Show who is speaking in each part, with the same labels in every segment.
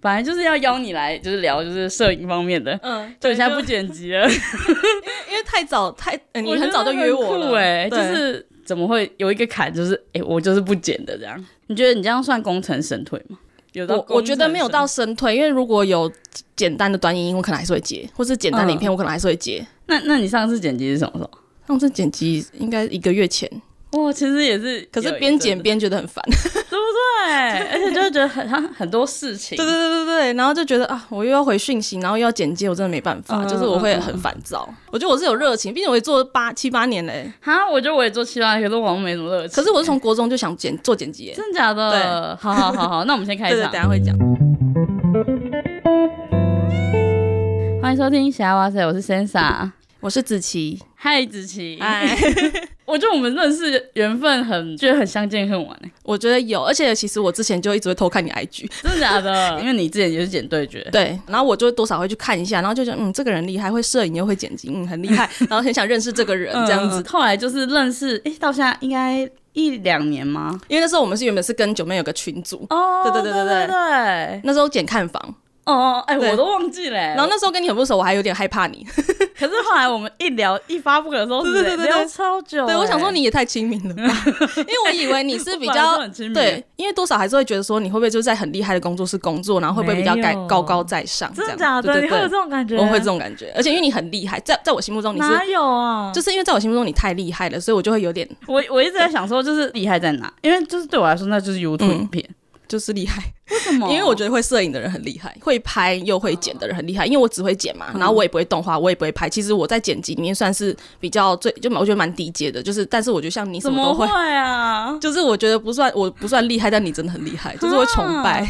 Speaker 1: 本来就是要邀你来，就是聊就是摄影方面的。
Speaker 2: 嗯，
Speaker 1: 就
Speaker 2: 对，
Speaker 1: 你现在
Speaker 2: 就
Speaker 1: 不剪辑 了，
Speaker 2: 因为太早太、呃你
Speaker 1: 我觉
Speaker 2: 很
Speaker 1: 得
Speaker 2: 早就约我
Speaker 1: 很酷
Speaker 2: 了，
Speaker 1: 哎、就
Speaker 2: 对
Speaker 1: 是怎么会有一个坎，就是哎、我就是不剪的这样。你觉得你这样算功成身退吗？有到
Speaker 2: 我我觉得没有
Speaker 1: 功成
Speaker 2: 到
Speaker 1: 身
Speaker 2: 身退，因为如果有简单的短影音，我可能还是会接，或是简单的
Speaker 1: 嗯
Speaker 2: 影片，我可能还是会接。
Speaker 1: 那那你上次剪辑是什么时候？
Speaker 2: 上次剪辑应该一个月前，
Speaker 1: 哇，其实也是，
Speaker 2: 可是边剪
Speaker 1: 边。
Speaker 2: 边觉得 很烦。
Speaker 1: 对，而且就会觉得很很很多事情。
Speaker 2: 对对对对对，然后就觉得啊，我又要回讯息，然后又要剪接，我真的没办法，
Speaker 1: 嗯
Speaker 2: 就是我会
Speaker 1: 嗯嗯
Speaker 2: 很烦躁。我觉得我是有热情，毕竟我也做八七八年嘞、
Speaker 1: 哈，我觉得我也做七八，可是我好像没什么热情。
Speaker 2: 可是我是从国中就想剪做剪辑、欸，
Speaker 1: 真的假的？
Speaker 2: 对
Speaker 1: 好好好好，那我们先开
Speaker 2: 对对，
Speaker 1: 场
Speaker 2: 等。一下会讲。
Speaker 1: 欢迎收听《霞哇塞》，我是 Sensa。
Speaker 2: 我是子琪，
Speaker 1: 嗨，子琪，
Speaker 2: 哎，
Speaker 1: 我觉得我们认识缘分很，觉得很相见恨晚欸
Speaker 2: 我觉得有，而且其实我之前就一直会偷看你 IG，
Speaker 1: 真的假 的？因为你之前也是剪对决，
Speaker 2: 对，然后我就会多少会去看一下，然后就觉得嗯，这个人厉害，会摄影又会剪辑，嗯，很厉 害，然后很想认识这个人这样子
Speaker 1: 嗯。后来就是认识，诶，到现在应该一两年吗？
Speaker 2: 因为那时候我们是原本是跟九妹有个群组，
Speaker 1: 哦
Speaker 2: 对对对
Speaker 1: 对
Speaker 2: 对对
Speaker 1: 对，
Speaker 2: 那时候剪看房，
Speaker 1: 哦哦，哎，
Speaker 2: 对
Speaker 1: 我都忘记了欸。
Speaker 2: 然后那时候跟你很不熟，我还有点害怕你，
Speaker 1: 可是后来我们一聊一发不可收拾欸，
Speaker 2: 对对对对对
Speaker 1: 聊超久欸。
Speaker 2: 对我想说你也太亲民了吧， 因为我以为你是比
Speaker 1: 我本来就
Speaker 2: 较。
Speaker 1: 很亲民欸
Speaker 2: 对，因为多少还是会觉得说，你会不会就是在很厉害的工作室工作，然后会不会比较
Speaker 1: 没
Speaker 2: 高
Speaker 1: 有
Speaker 2: 高高在上这
Speaker 1: 真
Speaker 2: 样？
Speaker 1: 的假的？
Speaker 2: 对
Speaker 1: 你会有这
Speaker 2: 对对，
Speaker 1: 种感觉？
Speaker 2: 我会这，种感觉，而且因为你很厉害，在在我心目中你是
Speaker 1: 哪有啊？
Speaker 2: 就是因为在我心目中你太厉害了，所以我就会有点
Speaker 1: 我我一直在想说，就是厉害在哪？因为就是对我来说，那就是 YouTube
Speaker 2: 嗯
Speaker 1: 影片。
Speaker 2: 就是厉害，
Speaker 1: 为什么
Speaker 2: 因为我觉
Speaker 1: 得
Speaker 2: 得会摄影的人很厉害，会拍又会剪的人很厉害，因为我只会剪嘛，然
Speaker 1: 嗯
Speaker 2: 后我也不会动画，我也不会拍。其实我在剪辑里面算是比较最就我觉得蛮低阶的，就是但是我觉得像你什
Speaker 1: 怎
Speaker 2: 么都
Speaker 1: 么
Speaker 2: 会
Speaker 1: 会。啊？
Speaker 2: 就是我觉得不算，我不算厉害，但你真的很厉害，就是我崇拜。
Speaker 1: 啊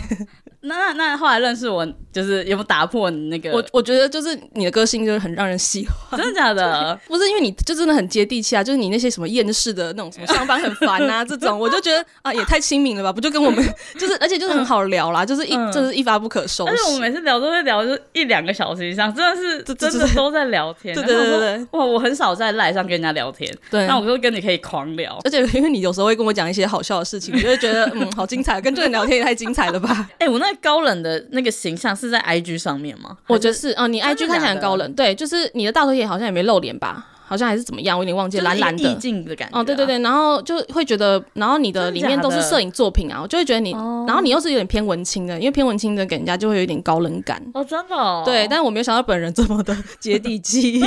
Speaker 1: 那那那后来认识我，就是有没有打破你那个？
Speaker 2: 我我觉得就是你的个性就是很让人喜欢，
Speaker 1: 真的假的？
Speaker 2: 不是因为你 就真的很接地气啊，就是你那些什么厌世的那种什么上班很烦啊这种，我就觉得啊也太亲民了吧，不就跟我们 就是而且就是很好聊啦，就是一
Speaker 1: 嗯
Speaker 2: 就是一发不可收拾
Speaker 1: 而。且我们每次聊都会聊，就是一两个小时以上，真的是
Speaker 2: 对
Speaker 1: 真的
Speaker 2: 对对
Speaker 1: 都在聊天。
Speaker 2: 对对对
Speaker 1: 然后我
Speaker 2: 对
Speaker 1: 说哇，我很少在赖上跟人家聊天，
Speaker 2: 对，
Speaker 1: 那我就跟你可以狂聊。
Speaker 2: 而且因为你有时候会跟我讲一些好笑的事情，你就会觉得嗯，好精彩，跟这个人聊天也太精彩了吧？
Speaker 3: 哎、我那个高冷的那个形象是在 IG 上面吗？
Speaker 2: 我觉得是，哦，你
Speaker 1: 真的
Speaker 2: IG
Speaker 1: 假
Speaker 2: 看起来
Speaker 1: 的
Speaker 2: 很高冷，对，就是你的大头贴好像也没露脸吧？好像还是怎么样，我有点忘记，
Speaker 3: 就
Speaker 2: 蓝蓝
Speaker 3: 是一个意
Speaker 2: 的。
Speaker 3: 境的感觉、
Speaker 2: 哦，对对，对，然后就会觉得，然后你的
Speaker 1: 真的
Speaker 2: 里
Speaker 1: 假
Speaker 2: 面都是
Speaker 1: 的
Speaker 2: 摄影作品啊，我就会觉得你，
Speaker 1: 哦
Speaker 2: 然后你又是有点偏文青的，因为偏文青的给人家就会有一点高冷感。
Speaker 1: 哦，真的、哦
Speaker 2: 对，但是我没有想到本人这么的接地 气。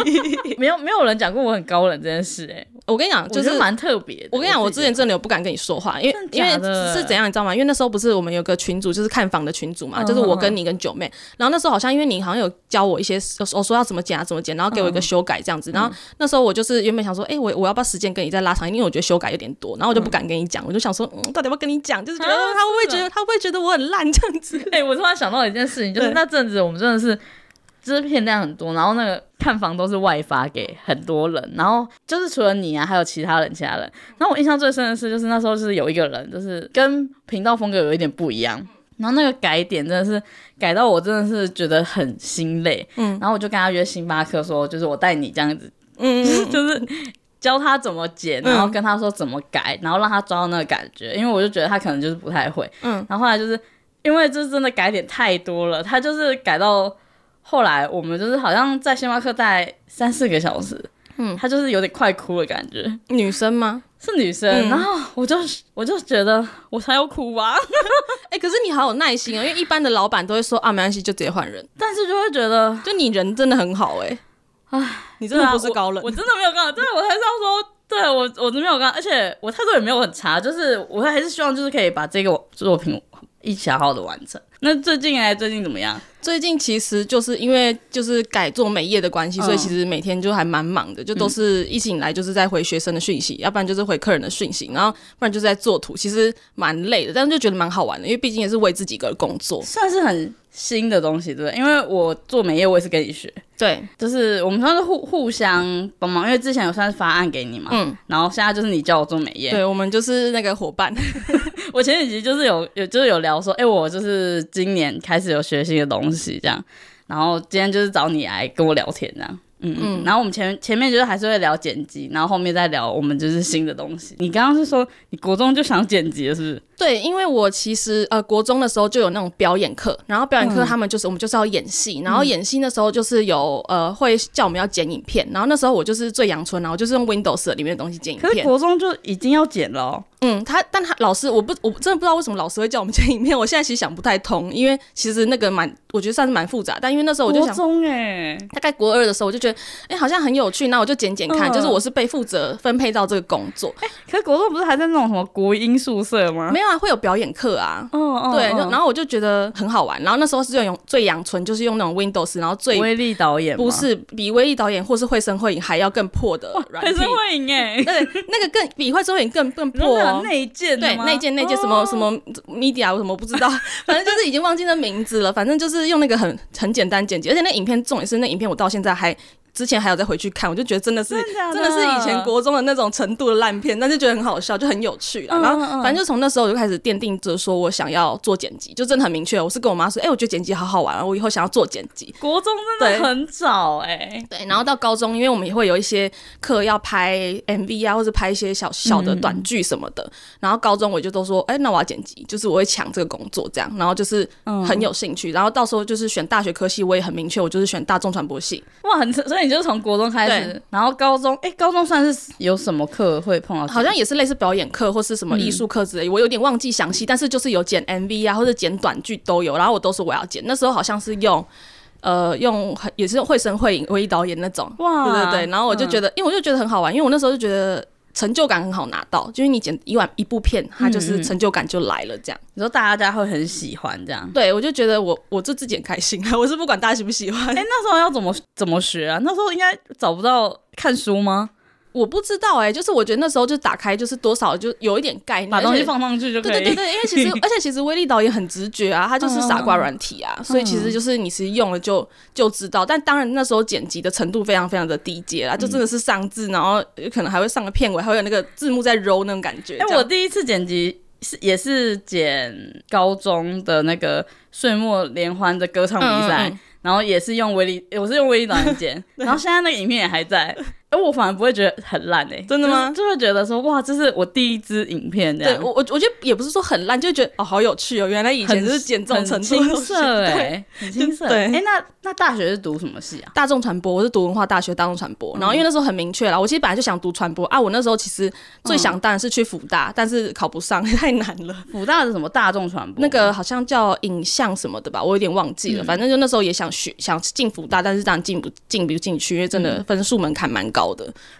Speaker 1: 没有没有人讲过我很高冷这件事、哎，
Speaker 2: 我跟你讲，就
Speaker 1: 我觉
Speaker 2: 是
Speaker 1: 得蛮特别的。
Speaker 2: 我跟你讲，我
Speaker 1: 自
Speaker 2: 之
Speaker 1: 己觉
Speaker 2: 前真的有不敢跟你说话，因为
Speaker 1: 真的
Speaker 2: 因为
Speaker 1: 假的
Speaker 2: 是怎样，你知道吗？因为那时候不是我们有个群组，就是看房的群组嘛，
Speaker 1: 嗯
Speaker 2: 就是我
Speaker 1: 嗯
Speaker 2: 跟你跟九妹。然后那时候好像因为你好像有教我一些，我说要怎么剪啊怎么剪，然后给
Speaker 1: 嗯
Speaker 2: 我一个修改这样子。然后那时候我就是原本想说，哎，我我要不要时间跟你再拉长？因为我觉得修改有点多，然后我就不敢跟你讲，我就想说，嗯，到底要不要跟你讲？就是觉得哦
Speaker 3: 啊
Speaker 2: 他会不会
Speaker 3: 是
Speaker 1: 哦
Speaker 2: 觉得他会不会觉得我很烂这样子？
Speaker 3: 哎、我突然想到一件事情，就是
Speaker 2: 对
Speaker 3: 那阵子我们真的是。就是片量很多，然后那个看房都是外发给很多人，然后就是除了你啊，还有其他人，其他人。然后我印象最深的是，就是那时候就是有一个人，就是跟频道风格有一点不一
Speaker 2: 嗯
Speaker 3: 样，然后那个改点真的是改到我真的是觉得很心累，
Speaker 2: 嗯
Speaker 3: 然后我就跟他约星巴克说，就是我带你这样子
Speaker 2: 嗯，嗯
Speaker 3: 就是教他怎么剪，
Speaker 2: 嗯
Speaker 3: 然后跟他说怎么改，然后让他抓到那个感觉，因为我就觉得他可能就是不太会。
Speaker 2: 嗯，
Speaker 3: 然后后来就是因为就是真的改点太多了，他就是改到后来我们就是好像在星巴克待三四个小时，
Speaker 2: 嗯
Speaker 3: 他就是有点快哭的感觉，
Speaker 2: 嗯 女生吗？
Speaker 3: 是女生，
Speaker 2: 嗯
Speaker 3: 然后我就我就觉得我才要哭吧，
Speaker 2: 哎，可是你好有耐心哦，因为一般的老板都会说啊，没关系，就直接换人。
Speaker 3: 但是就会觉得啊
Speaker 2: 就你人真的很好哎、你真的
Speaker 1: 啊
Speaker 2: 不是高冷，
Speaker 3: 我真的没有高冷，对我还是要说，对我我真的没有高冷，而且我态度也没有很差，就是我还是希望就是可以把这个作品一起好好的完成。那最近哎，最近怎么样？
Speaker 2: 最近其实就是因为就是改做美业的关
Speaker 3: 嗯
Speaker 2: 系，所以其实每天就还蛮忙的，就都是一醒来就是在回学生的讯息，要不然就是回客人的讯息，然后不然就是在做图，其实蛮累的，但是就觉得蛮好玩的，因为毕竟也是为自己而工作。
Speaker 3: 算是很新的东西，对不对？因为我做美业，我也是跟你学，
Speaker 2: 对，
Speaker 3: 就是我们算是互互相帮忙，因为之前有算是发案给你嘛，
Speaker 2: 嗯，
Speaker 3: 然后现在就是你叫我做美业，
Speaker 2: 对，我们就是那个伙伴，
Speaker 3: 我前几集就是有有就是有聊说，哎、我就是今年开始有学新的东西这样，然后今天就是找你来跟我聊天这样，嗯嗯，然后我们前前面就是还是会聊剪辑，然后后面再聊我们就是新的东西。你刚刚是说你国中就想剪辑了，是不是？
Speaker 2: 对，因为我其实呃国中的时候就有那种表演课，然后表演课他们就是、我们就是要演戏，然后演戏那时候就是有呃会叫我们要剪影片，然后那时候我就是最阳春，然后就是用 Windows 里面的东西剪影
Speaker 1: 可是
Speaker 2: 片。
Speaker 1: 国中就已经要剪了、哦，
Speaker 2: 嗯，他但他老师我不我真的不知道为什么老师会叫我们剪影片，我现在其实想不太通，因为其实那个蛮我觉得算是蛮复杂，但因为那时候我就
Speaker 1: 国
Speaker 2: 想。
Speaker 1: 中哎、
Speaker 2: 大概国二的时候，我就觉得，哎、好像很有趣，那我就剪剪看。
Speaker 1: 嗯
Speaker 2: 就是我是被负责分配到这个工作，
Speaker 1: 可是国中不是还在那种什么国音宿舍吗？
Speaker 2: 没有啊，会有表演课啊，
Speaker 1: 哦哦，
Speaker 2: 对，就
Speaker 1: 哦
Speaker 2: 然后我就觉得很好玩。然后那时候是用最阳春，就是用那种 Windows，然后最
Speaker 1: 威力导演吗
Speaker 2: 不是比威力导演或是绘声绘影还要更破的 软
Speaker 1: 还
Speaker 2: 体
Speaker 1: 是，会赢哎，
Speaker 2: 对，那个更比绘声绘影更 更破
Speaker 1: 那
Speaker 2: 哦、
Speaker 1: 种啊内建的
Speaker 2: 对，
Speaker 1: 吗哦
Speaker 2: 那件那件什么什么 media 我什么不知道， 反正就是已经忘记那名字了。反正就是用那个很很简单剪辑，而且那影片重点是那影片我到现在还之前还有再回去看，我就觉得真的是
Speaker 1: 真的假的
Speaker 2: 真的是以前国中的那种程度的烂片，但是觉得很好笑，就很有趣啦。
Speaker 1: 嗯
Speaker 2: 然
Speaker 1: 嗯
Speaker 2: 后
Speaker 1: 嗯
Speaker 2: 反正就从那时候我就开始奠定着说我想要做剪辑，就真的很明确。我是跟我妈说，哎、我觉得剪辑好好玩啊，我以后想要做剪辑。
Speaker 1: 国中真
Speaker 2: 对
Speaker 1: 的很早哎，
Speaker 2: 对，然后到高中，因为我们也会有一些课要拍 MV 啊，或者拍一些小小的短剧什么的。然后高中我就都说，哎、那我要剪辑，就是我会抢这个工作这样。然后就是很有兴趣，然后到时候就是选大学科系，我也很明确，我就是选大众传播系。
Speaker 3: 哇，很所以你就是从国中开始
Speaker 2: 对，
Speaker 3: 然后高中，哎、
Speaker 1: 欸
Speaker 3: 高中算是有什么课会碰到这个？
Speaker 2: 好像也是类似表演课或是
Speaker 1: 嗯
Speaker 2: 什么艺术课之类，我有点忘记详细，但是就是有剪 MV 啊，或者剪短剧都有。然后我都说我要剪，那时候好像是用。呃，用很也是用绘声绘影、微导演那种，
Speaker 1: 哇嗯
Speaker 2: 对对对。然后我就觉得，因为我就觉得很好玩，因为我那时候就觉得成就感很好拿到，就是你剪一晚一部片，它
Speaker 1: 嗯
Speaker 2: 就是成就感就来了，这样。
Speaker 1: 你说大家会很喜欢这样。
Speaker 2: 对，我就觉得我我就自己很开心，啊 我是不管大家喜不喜欢
Speaker 1: 哎、。那时候要怎么怎么学啊？那时候应该找不到看书吗？
Speaker 2: 我不知道哎、就是我觉得那时候就打开，就是多少就有一点概念，
Speaker 1: 把东
Speaker 2: 而
Speaker 1: 西
Speaker 2: 且
Speaker 1: 放上去就可以。
Speaker 2: 对对对对，因 为其实而且其实威力导演很直觉啊，他就是傻
Speaker 1: 嗯
Speaker 2: 瓜软体啊，所以其实就是你其实用了就就知道。但当然那时候剪辑的程度非常非常的低阶
Speaker 1: 嗯
Speaker 2: 啦，就真的是上字，然后呃可能还会上个片尾，还会有那个字幕在揉那种感觉。
Speaker 1: 哎、
Speaker 2: 这样
Speaker 1: 我第一次剪辑是也是剪高中的那个岁末联欢的歌唱比赛，
Speaker 2: 嗯嗯嗯
Speaker 1: 然后也是用威力，我是用威力导演 剪，然后现在那个影片也还在。哎、我反而不会觉得很烂哎、
Speaker 2: 真的吗
Speaker 1: 就是？就会觉得说哇，这是我第一支影片这
Speaker 2: 对
Speaker 1: 样
Speaker 2: 我，我我觉得也不是说很烂，就觉得哦好有趣哦，原来以前就是剪这种程
Speaker 1: 很青
Speaker 2: 度的东西。
Speaker 1: 涩哎、
Speaker 2: 对
Speaker 1: 很青涩。
Speaker 2: 对
Speaker 1: 哎、那那大学是读什么系啊？
Speaker 2: 大众传播，我是读文化大学大众传播，
Speaker 1: 嗯
Speaker 2: 然后因为那时候很明确啦，我其实本来就想读传播啊，我那时候其实
Speaker 1: 嗯
Speaker 2: 最想当然是去辅大，但是考不上， 太难了。
Speaker 1: 辅大的什么大众传播？
Speaker 2: 那个好像叫影像什么的吧，我有点忘记了。反正就那时候也想学，想进福大，但是当然进不进不进去，因为真的分数门槛蛮高的。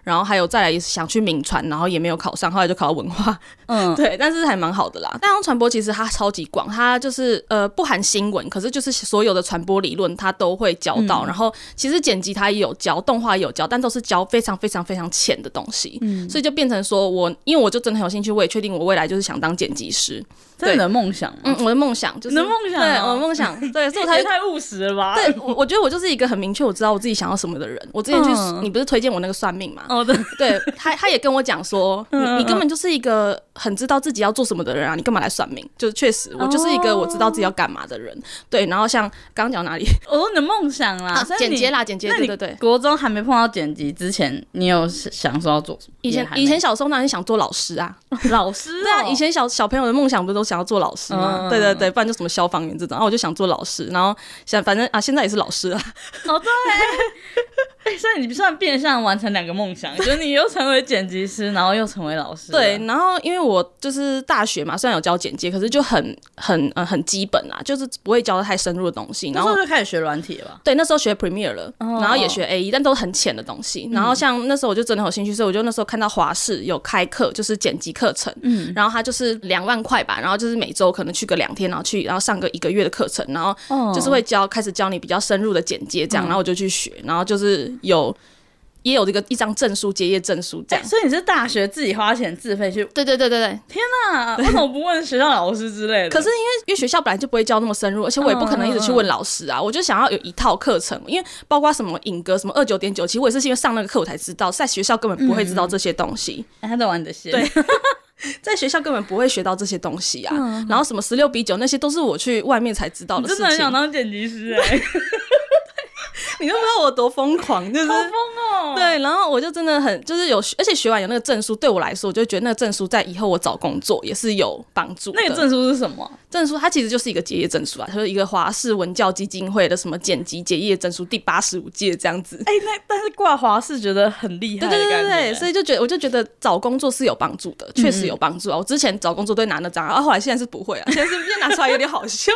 Speaker 2: 然后还有再来也是想去名传，然后也没有考上，后来就考到文 化。
Speaker 1: 嗯，
Speaker 2: 对，但是还蛮好的啦。大众传播其实它超级广，它就是呃不含新闻，可是就是所有的传播理论它都会教到。嗯然后其实剪辑它也有教，动画也有教，但都是教非常非常非常浅的东西。所以就变成说我因为我就真的很有兴趣，我也确定我未来就是想当剪辑师。
Speaker 1: 这是你的梦想吗？
Speaker 2: 嗯，我的梦想就是
Speaker 1: 哦你的梦想
Speaker 2: 对，
Speaker 1: 啊
Speaker 2: 我的 梦想，对，所以我才
Speaker 1: 也太务实了吧？
Speaker 2: 对我，我觉得我就是一个很明确，我知道我自己想要什么的人。我之前去，
Speaker 1: 嗯
Speaker 2: 你不是推荐我那个算命嘛？
Speaker 1: 哦，对，
Speaker 2: 对他，他也跟我讲说，你
Speaker 1: 嗯嗯
Speaker 2: 你根本就是一个很知道自己要做什么的人啊，你干嘛来算命？就是确实，我就是一个我知道自己要干嘛的人。对，然后像刚刚讲哪里，啊
Speaker 1: 我说你的梦想啦，啊所以
Speaker 2: 剪
Speaker 1: 你
Speaker 2: 接啦，剪接，
Speaker 1: 那
Speaker 2: 对
Speaker 1: 你
Speaker 2: 对对。
Speaker 1: 国中还没碰到剪辑之前，你有想说要做什么？
Speaker 2: 以前
Speaker 1: 也还没
Speaker 2: 以前小时候当然想做老师啊，
Speaker 1: 老师、哦，
Speaker 2: 对啊，以前小小朋友的梦想不是都想要做老师吗？
Speaker 1: 嗯
Speaker 2: 对对对，不然就什么消防员这种，然后我就想做老师，然后想反正啊现在也是老师啊，
Speaker 1: 哦对， 哎所以你算变相完成两个梦想，就是你又成为剪辑师，然后又成为老师，
Speaker 2: 对，，然后因为我就是大学嘛，虽然有教简介，可是就很很呃很基本啊，就是不会教的太深入的东西。
Speaker 1: 然
Speaker 2: 然
Speaker 1: 后
Speaker 2: 后
Speaker 1: 就开始学软体了吧。
Speaker 2: 对，那时候学 Premiere 了，
Speaker 1: 哦
Speaker 2: 然后也学 A E，但都很浅的东西。然后像那时候我就真的有兴趣，所以我就那时候看到华视有开课，就是剪辑课程，嗯，然后它就是两万块吧，然后就是每周可能去个两天，然后去然后上个一个月的课程，然后
Speaker 1: 哦
Speaker 2: 就是会教开始教你比较深入的简介这样，然后我就去学，然后就是有也有这个一张证书结业证书这
Speaker 1: 哎
Speaker 2: 样。
Speaker 1: 所以你是大学自己花钱自 费去，
Speaker 2: 对对对对对，
Speaker 1: 那 为什么不问学校老师之类的？
Speaker 2: 可是因为因为学校本来就不会教那么深入，而且我也不可能一直去问老师啊。我就想要有一套课程，因为包括什么影歌、什么二九点九，其实我也是因为上那个课我才知道，在学校根本不会知道这些东西，
Speaker 1: 哎他在玩你的 线，
Speaker 2: 对在学校根本不会学到这些东西啊。然后什么十六比九那些都是我去外面才知道
Speaker 1: 你
Speaker 2: 的事
Speaker 1: 真
Speaker 2: 情
Speaker 1: 的。很想当剪辑师哎、
Speaker 2: 你都不知道我多疯狂，就是
Speaker 1: 好疯哦、哦，
Speaker 2: 对，然后我就真的很就是有，而且学完有那个证书，对我来说，我就觉得那个证书在以后我找工作也是有帮助的。
Speaker 1: 那个证书是什么？
Speaker 2: 证书它其实就是一个结业证书啊，就是一个华氏文教基金会的什么剪辑结业证书第八十五届这样子。
Speaker 1: 哎、那但是挂华是觉得很厉害
Speaker 2: 对
Speaker 1: 的
Speaker 2: 对
Speaker 1: 感觉，
Speaker 2: 对对，所以就觉得我就觉得找工作是有帮助的，确实有帮助啊。我之前找工作都会拿那张啊，啊后来现在是不会啊，现 在是现在拿出来有点好笑。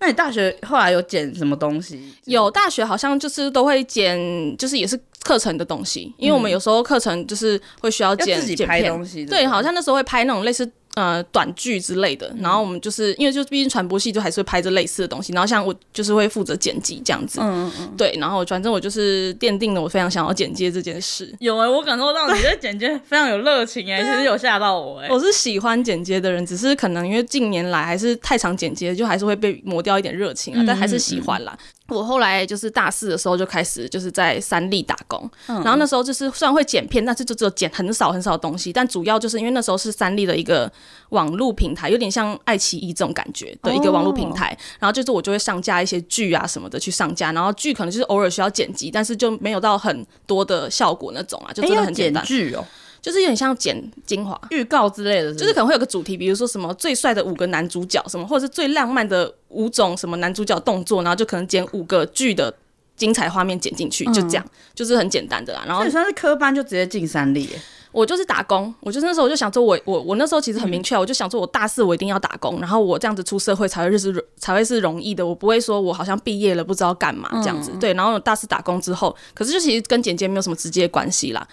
Speaker 3: 那你大学后来有剪什么东西？
Speaker 2: 有大学好像就是都会剪，就是也是课程的东西，因为我们有时候课程就是会需嗯要剪
Speaker 3: 要自己
Speaker 2: 剪
Speaker 3: 拍
Speaker 2: 片
Speaker 3: 东西的
Speaker 2: 对，好像那时候会拍那种类似呃短剧之类的，然后我们就是因为就毕竟传播系就还是会拍着类似的东西，然后像我就是会负责剪辑这样子，嗯嗯，对，然后反正我就是奠定了我非常想要剪接这件事，
Speaker 1: 有哎、我感受到你的简介非常有热情哎、
Speaker 3: 啊
Speaker 1: 其实有吓到我哎、
Speaker 2: 我欸是喜欢剪接的人，只是可能因为近年来还是太常剪接，就还是会被磨掉一点热情啊，但还是喜欢啦。嗯我后来就是大四的时候就开始就是在三立打工，嗯然后那时候就是虽然会剪片，但是就只有剪很少很少的东西，但主要就是因为那时候是三立的一个网络平台，有点像爱奇艺这种感觉的一个网络平台，然后就是我就会上架一些剧啊什么的去上架，然后剧可能就是偶尔需要剪辑，但是就没有到很多的效果那种啊，就
Speaker 3: 哎
Speaker 2: 真的
Speaker 3: 要
Speaker 2: 很简
Speaker 3: 剪
Speaker 2: 单，
Speaker 3: 剧哦，
Speaker 2: 就是有点像剪精华。
Speaker 3: 预告之类的，
Speaker 2: 就是可能会有个主题，比如说什么最帅的五个男主角什么，或者是最浪漫的五种什么男主角动作，然后就可能剪五个剧的精彩画面剪进去，就这样，就是很简单的啦。然后
Speaker 3: 那你算是科班就直接进三立耶，
Speaker 2: 我就是打工，我就是那时候我就想说我，我我那时候其实很明确，啊我就想说我大四我一定要打工，然后我这样子出社会才会日子才会是容易的，我不会说我好像毕业了不知道干嘛这样子。对，然后我大四打工之后，可是就其实跟剪接没有什么直接关系啦，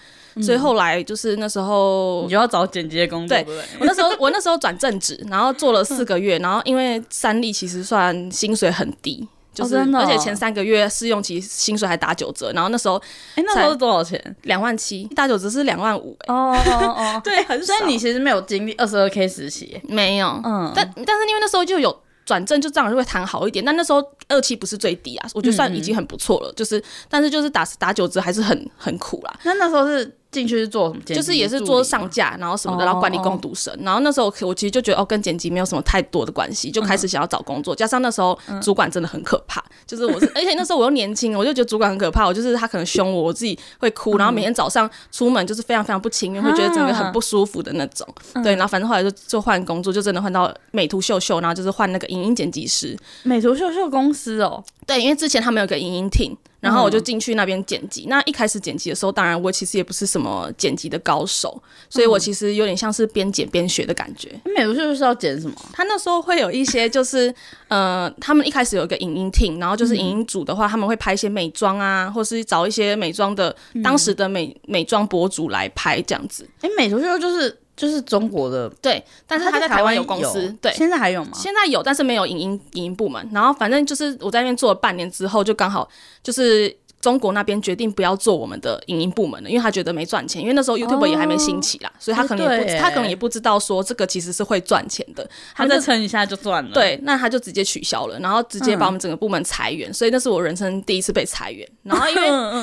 Speaker 2: 所以后来就是那时候
Speaker 1: 你就要找剪接工作，
Speaker 2: 对
Speaker 1: 对不对？
Speaker 2: 我那时候我那时候转正职， 然后做了四个月，然后因为三立其实算薪水很低。就是，
Speaker 1: 真的哦
Speaker 2: 而且前三个月试用期薪水还打九折，然后那时候
Speaker 1: 哎、那时候是多少钱？
Speaker 2: 两万七，打九折是两万五、欸，
Speaker 1: 哦 哦哦，
Speaker 2: 对，很
Speaker 3: 所以你其实没有经历二十二 K 时期，
Speaker 2: 没有，
Speaker 1: 嗯，
Speaker 2: 但但是因为那时候就有转正，就这样就会谈好一点。但那时候二期不是最低啊，我觉得
Speaker 1: 嗯
Speaker 2: 算已经很不错了。就是，但是就是打打九折还是很很苦啦。
Speaker 3: 那那时候是进去是做什么？剪辑
Speaker 2: 就是也是
Speaker 3: 助理
Speaker 2: 做
Speaker 3: 吗
Speaker 2: 上架，然后什么
Speaker 1: 哦
Speaker 2: 的，然后管理共读生。然后那时候我其实就觉得哦，跟剪辑没有什么太多的关系，就开
Speaker 3: 嗯
Speaker 2: 始想要找工作。加上那时候主管真的很可怕，就是我是，而且那时候我又年轻，我就觉得主管很可怕。我就是他可能凶我，我自己会哭，
Speaker 3: 嗯
Speaker 2: 然后每天早上出门就是非常非常不情愿，会觉得整
Speaker 3: 啊
Speaker 2: 个很不舒服的那种。
Speaker 3: 嗯
Speaker 2: 对，然后反正后来就就换工作，就真的换到美图秀秀，然后就是换那个影音剪辑师。
Speaker 1: 美图秀秀公司哦，
Speaker 2: 对，因为之前他们有个影音 team，然后我就进去那边剪辑。那一开始剪辑的时候，当然我其实也不是什么剪辑的高手，所以我其实有点像是边剪边学的感觉。
Speaker 3: 哎美术就是要剪什么？啊
Speaker 2: 他那时候会有一些就是呃，他们一开始有一个影音 team，然后就是影音组的话，他们会拍一些美妆啊，或是找一些美妆的当时的美美妆博主来拍这样子。
Speaker 3: 哎、美图秀秀就是就是中国的，
Speaker 2: 对，但啊是他在台湾有公司，对，
Speaker 3: 现在还有吗？
Speaker 2: 现在有，但是没有影音影音部门。然后反正就是我在那边做了半年之后，就刚好就是中国那边决定不要做我们的影音部门了，因为他觉得没赚钱。因为那时候 YouTube 也还没兴起啦，所以他可能也
Speaker 3: 哎
Speaker 2: 不
Speaker 3: 对耶
Speaker 2: 他可能也不知道说这个其实是会赚钱的。
Speaker 1: 他
Speaker 2: 他
Speaker 1: 再
Speaker 2: 在
Speaker 1: 撑一下就赚了。，
Speaker 2: 对，那他就直接取消了，然后直接把我们整个部门裁员，所以那是我人生第一次被裁员。然后因为，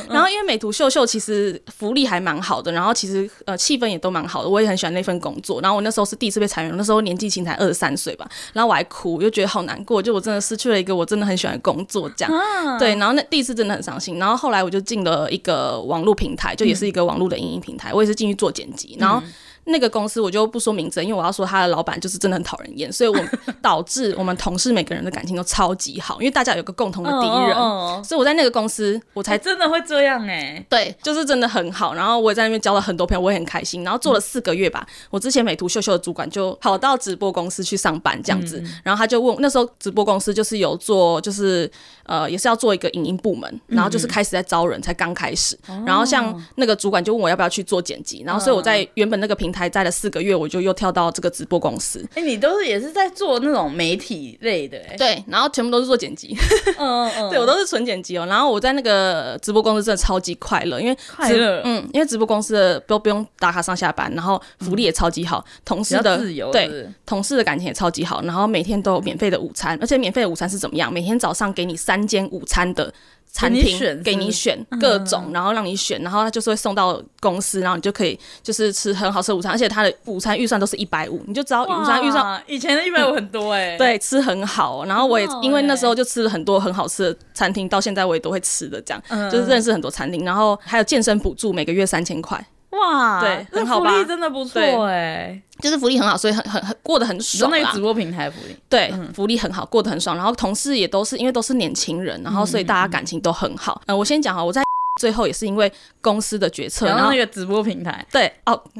Speaker 2: 然后因为美图秀秀其实福利还蛮好的，然后其实呃气氛也都蛮好的，我也很喜欢那份工作。然后我那时候是第一次被裁员，那时候年纪轻才二十三岁吧，然后我还哭，我就觉得好难过，就我真的失去了一个我真的很喜欢的工作，这样。 对，然后那第一次真的很伤心。然后后来我就进了一个网络平台，就也是一个网络的影音平台，我也是进去做剪辑，然后。那个公司我就不说名字，因为我要说他的老板就是真的很讨人厌，所以我导致我们同事每个人的感情都超级好，因为大家有个共 同的敌人，
Speaker 1: 哦哦哦
Speaker 2: 所以我在那个公司我才
Speaker 1: 还真的会这样哎、
Speaker 2: 对，就是真的很好。然后我也在那边交了很多朋友，我也很开心。然后做了四个月吧，我之前美图秀秀的主管就跑到直播公司去上班这样子，
Speaker 1: 嗯
Speaker 2: 然后他就问，那时候直播公司就是有做，就是呃也是要做一个影音部门，
Speaker 1: 嗯
Speaker 2: 然后就是开始在招人，才刚开始。
Speaker 1: 哦
Speaker 2: 然后像那个主管就问我要不要去做剪辑，然后所以我在原本那个平台待了四个月，我就又跳到这个直播公司。
Speaker 3: 哎、你都是也是在做那种媒体类的、
Speaker 1: 欸
Speaker 3: 哎，
Speaker 2: 对，然后全部都是做剪辑，
Speaker 1: 嗯 嗯，
Speaker 2: 对我都是纯剪辑哦。然后我在那个直播公司真的超级快乐，因为
Speaker 1: 快乐
Speaker 2: 嗯，因为直播公司的都不用打卡上下班，然后福利也超级好，同
Speaker 3: 嗯比
Speaker 2: 事
Speaker 3: 较
Speaker 2: 的
Speaker 3: 自由，是不
Speaker 2: 对
Speaker 3: 是
Speaker 2: 同事的感情也超级好，然后每天都有免费的午餐，而且免费的午餐是怎么样？每天早上给你三间午餐的。餐
Speaker 3: 你
Speaker 2: 厅
Speaker 3: 选是不是嗯
Speaker 2: 给你选各种，然后让你选，然后他就是会送到公司，然后你就可以就是吃很好吃的午餐，而且他的午餐预算都是一百五，你就只要午餐预算
Speaker 1: 哇以前的一百五很多哎、 欸，
Speaker 2: 对，吃很好。然后我也
Speaker 1: 很好
Speaker 2: 因为那
Speaker 1: 欸
Speaker 2: 时候就吃了很多很好吃的餐厅，到现在我也都会吃的，这样、
Speaker 1: 嗯
Speaker 2: 就是认识很多餐厅。然后还有健身补助，每个月三千块，
Speaker 1: 哇，
Speaker 2: 对
Speaker 1: 这
Speaker 2: 很好
Speaker 1: 福
Speaker 2: 吧
Speaker 1: 利真的不错
Speaker 2: 对
Speaker 1: 哎、
Speaker 2: 就是福利很好，所以很很很过得很
Speaker 3: 你说
Speaker 2: 爽
Speaker 3: 那个
Speaker 2: 啦
Speaker 3: 直。播嗯平台福利，
Speaker 2: 对，福利很好，过得很爽。然后同事也都是因为都是年轻人，然后所以大家感情都很好。嗯、我先讲哈，我在 最后也是因为公司的决策，
Speaker 3: 然
Speaker 2: 然
Speaker 3: 后
Speaker 2: 后
Speaker 3: 那个直播平台，
Speaker 2: 对哦。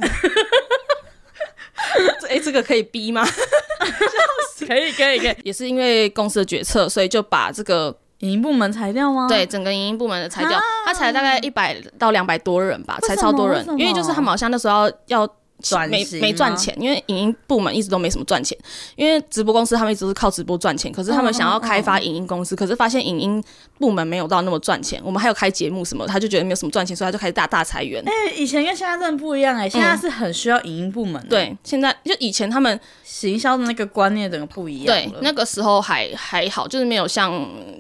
Speaker 2: 哎、这个可以逼吗？
Speaker 3: 可以可以可以，
Speaker 2: 也是因为公司的决策，所以就把这个
Speaker 3: 影音部门裁掉吗？
Speaker 2: 对，整个营运部门的裁掉，他裁了大概一百到两百多人吧，
Speaker 3: 啊为
Speaker 2: 裁
Speaker 3: 什
Speaker 2: 超多
Speaker 3: 么为
Speaker 2: 人
Speaker 3: 什，么
Speaker 2: 因为就是他们好像那时候要要
Speaker 1: 转
Speaker 2: 没
Speaker 1: 型
Speaker 2: 没
Speaker 1: 吗
Speaker 2: 赚钱，因为影音部门一直都没什么赚钱，因为直播公司他们一直是靠直播赚钱，可是
Speaker 3: 嗯
Speaker 2: 他们想要开发影音公司，可是发现影音部门没有到那么赚钱，我们还有开节目什么，他就觉得没有什么赚钱，所以他就开始大大裁员。
Speaker 1: 哎、以前跟现在真的不一样哎、现在是很需要影音部门、欸，，
Speaker 2: 对，现在就以前他们
Speaker 1: 行销的那个观念整个不一样
Speaker 2: 对
Speaker 1: 了，
Speaker 2: 那个时候还还好，就是没有像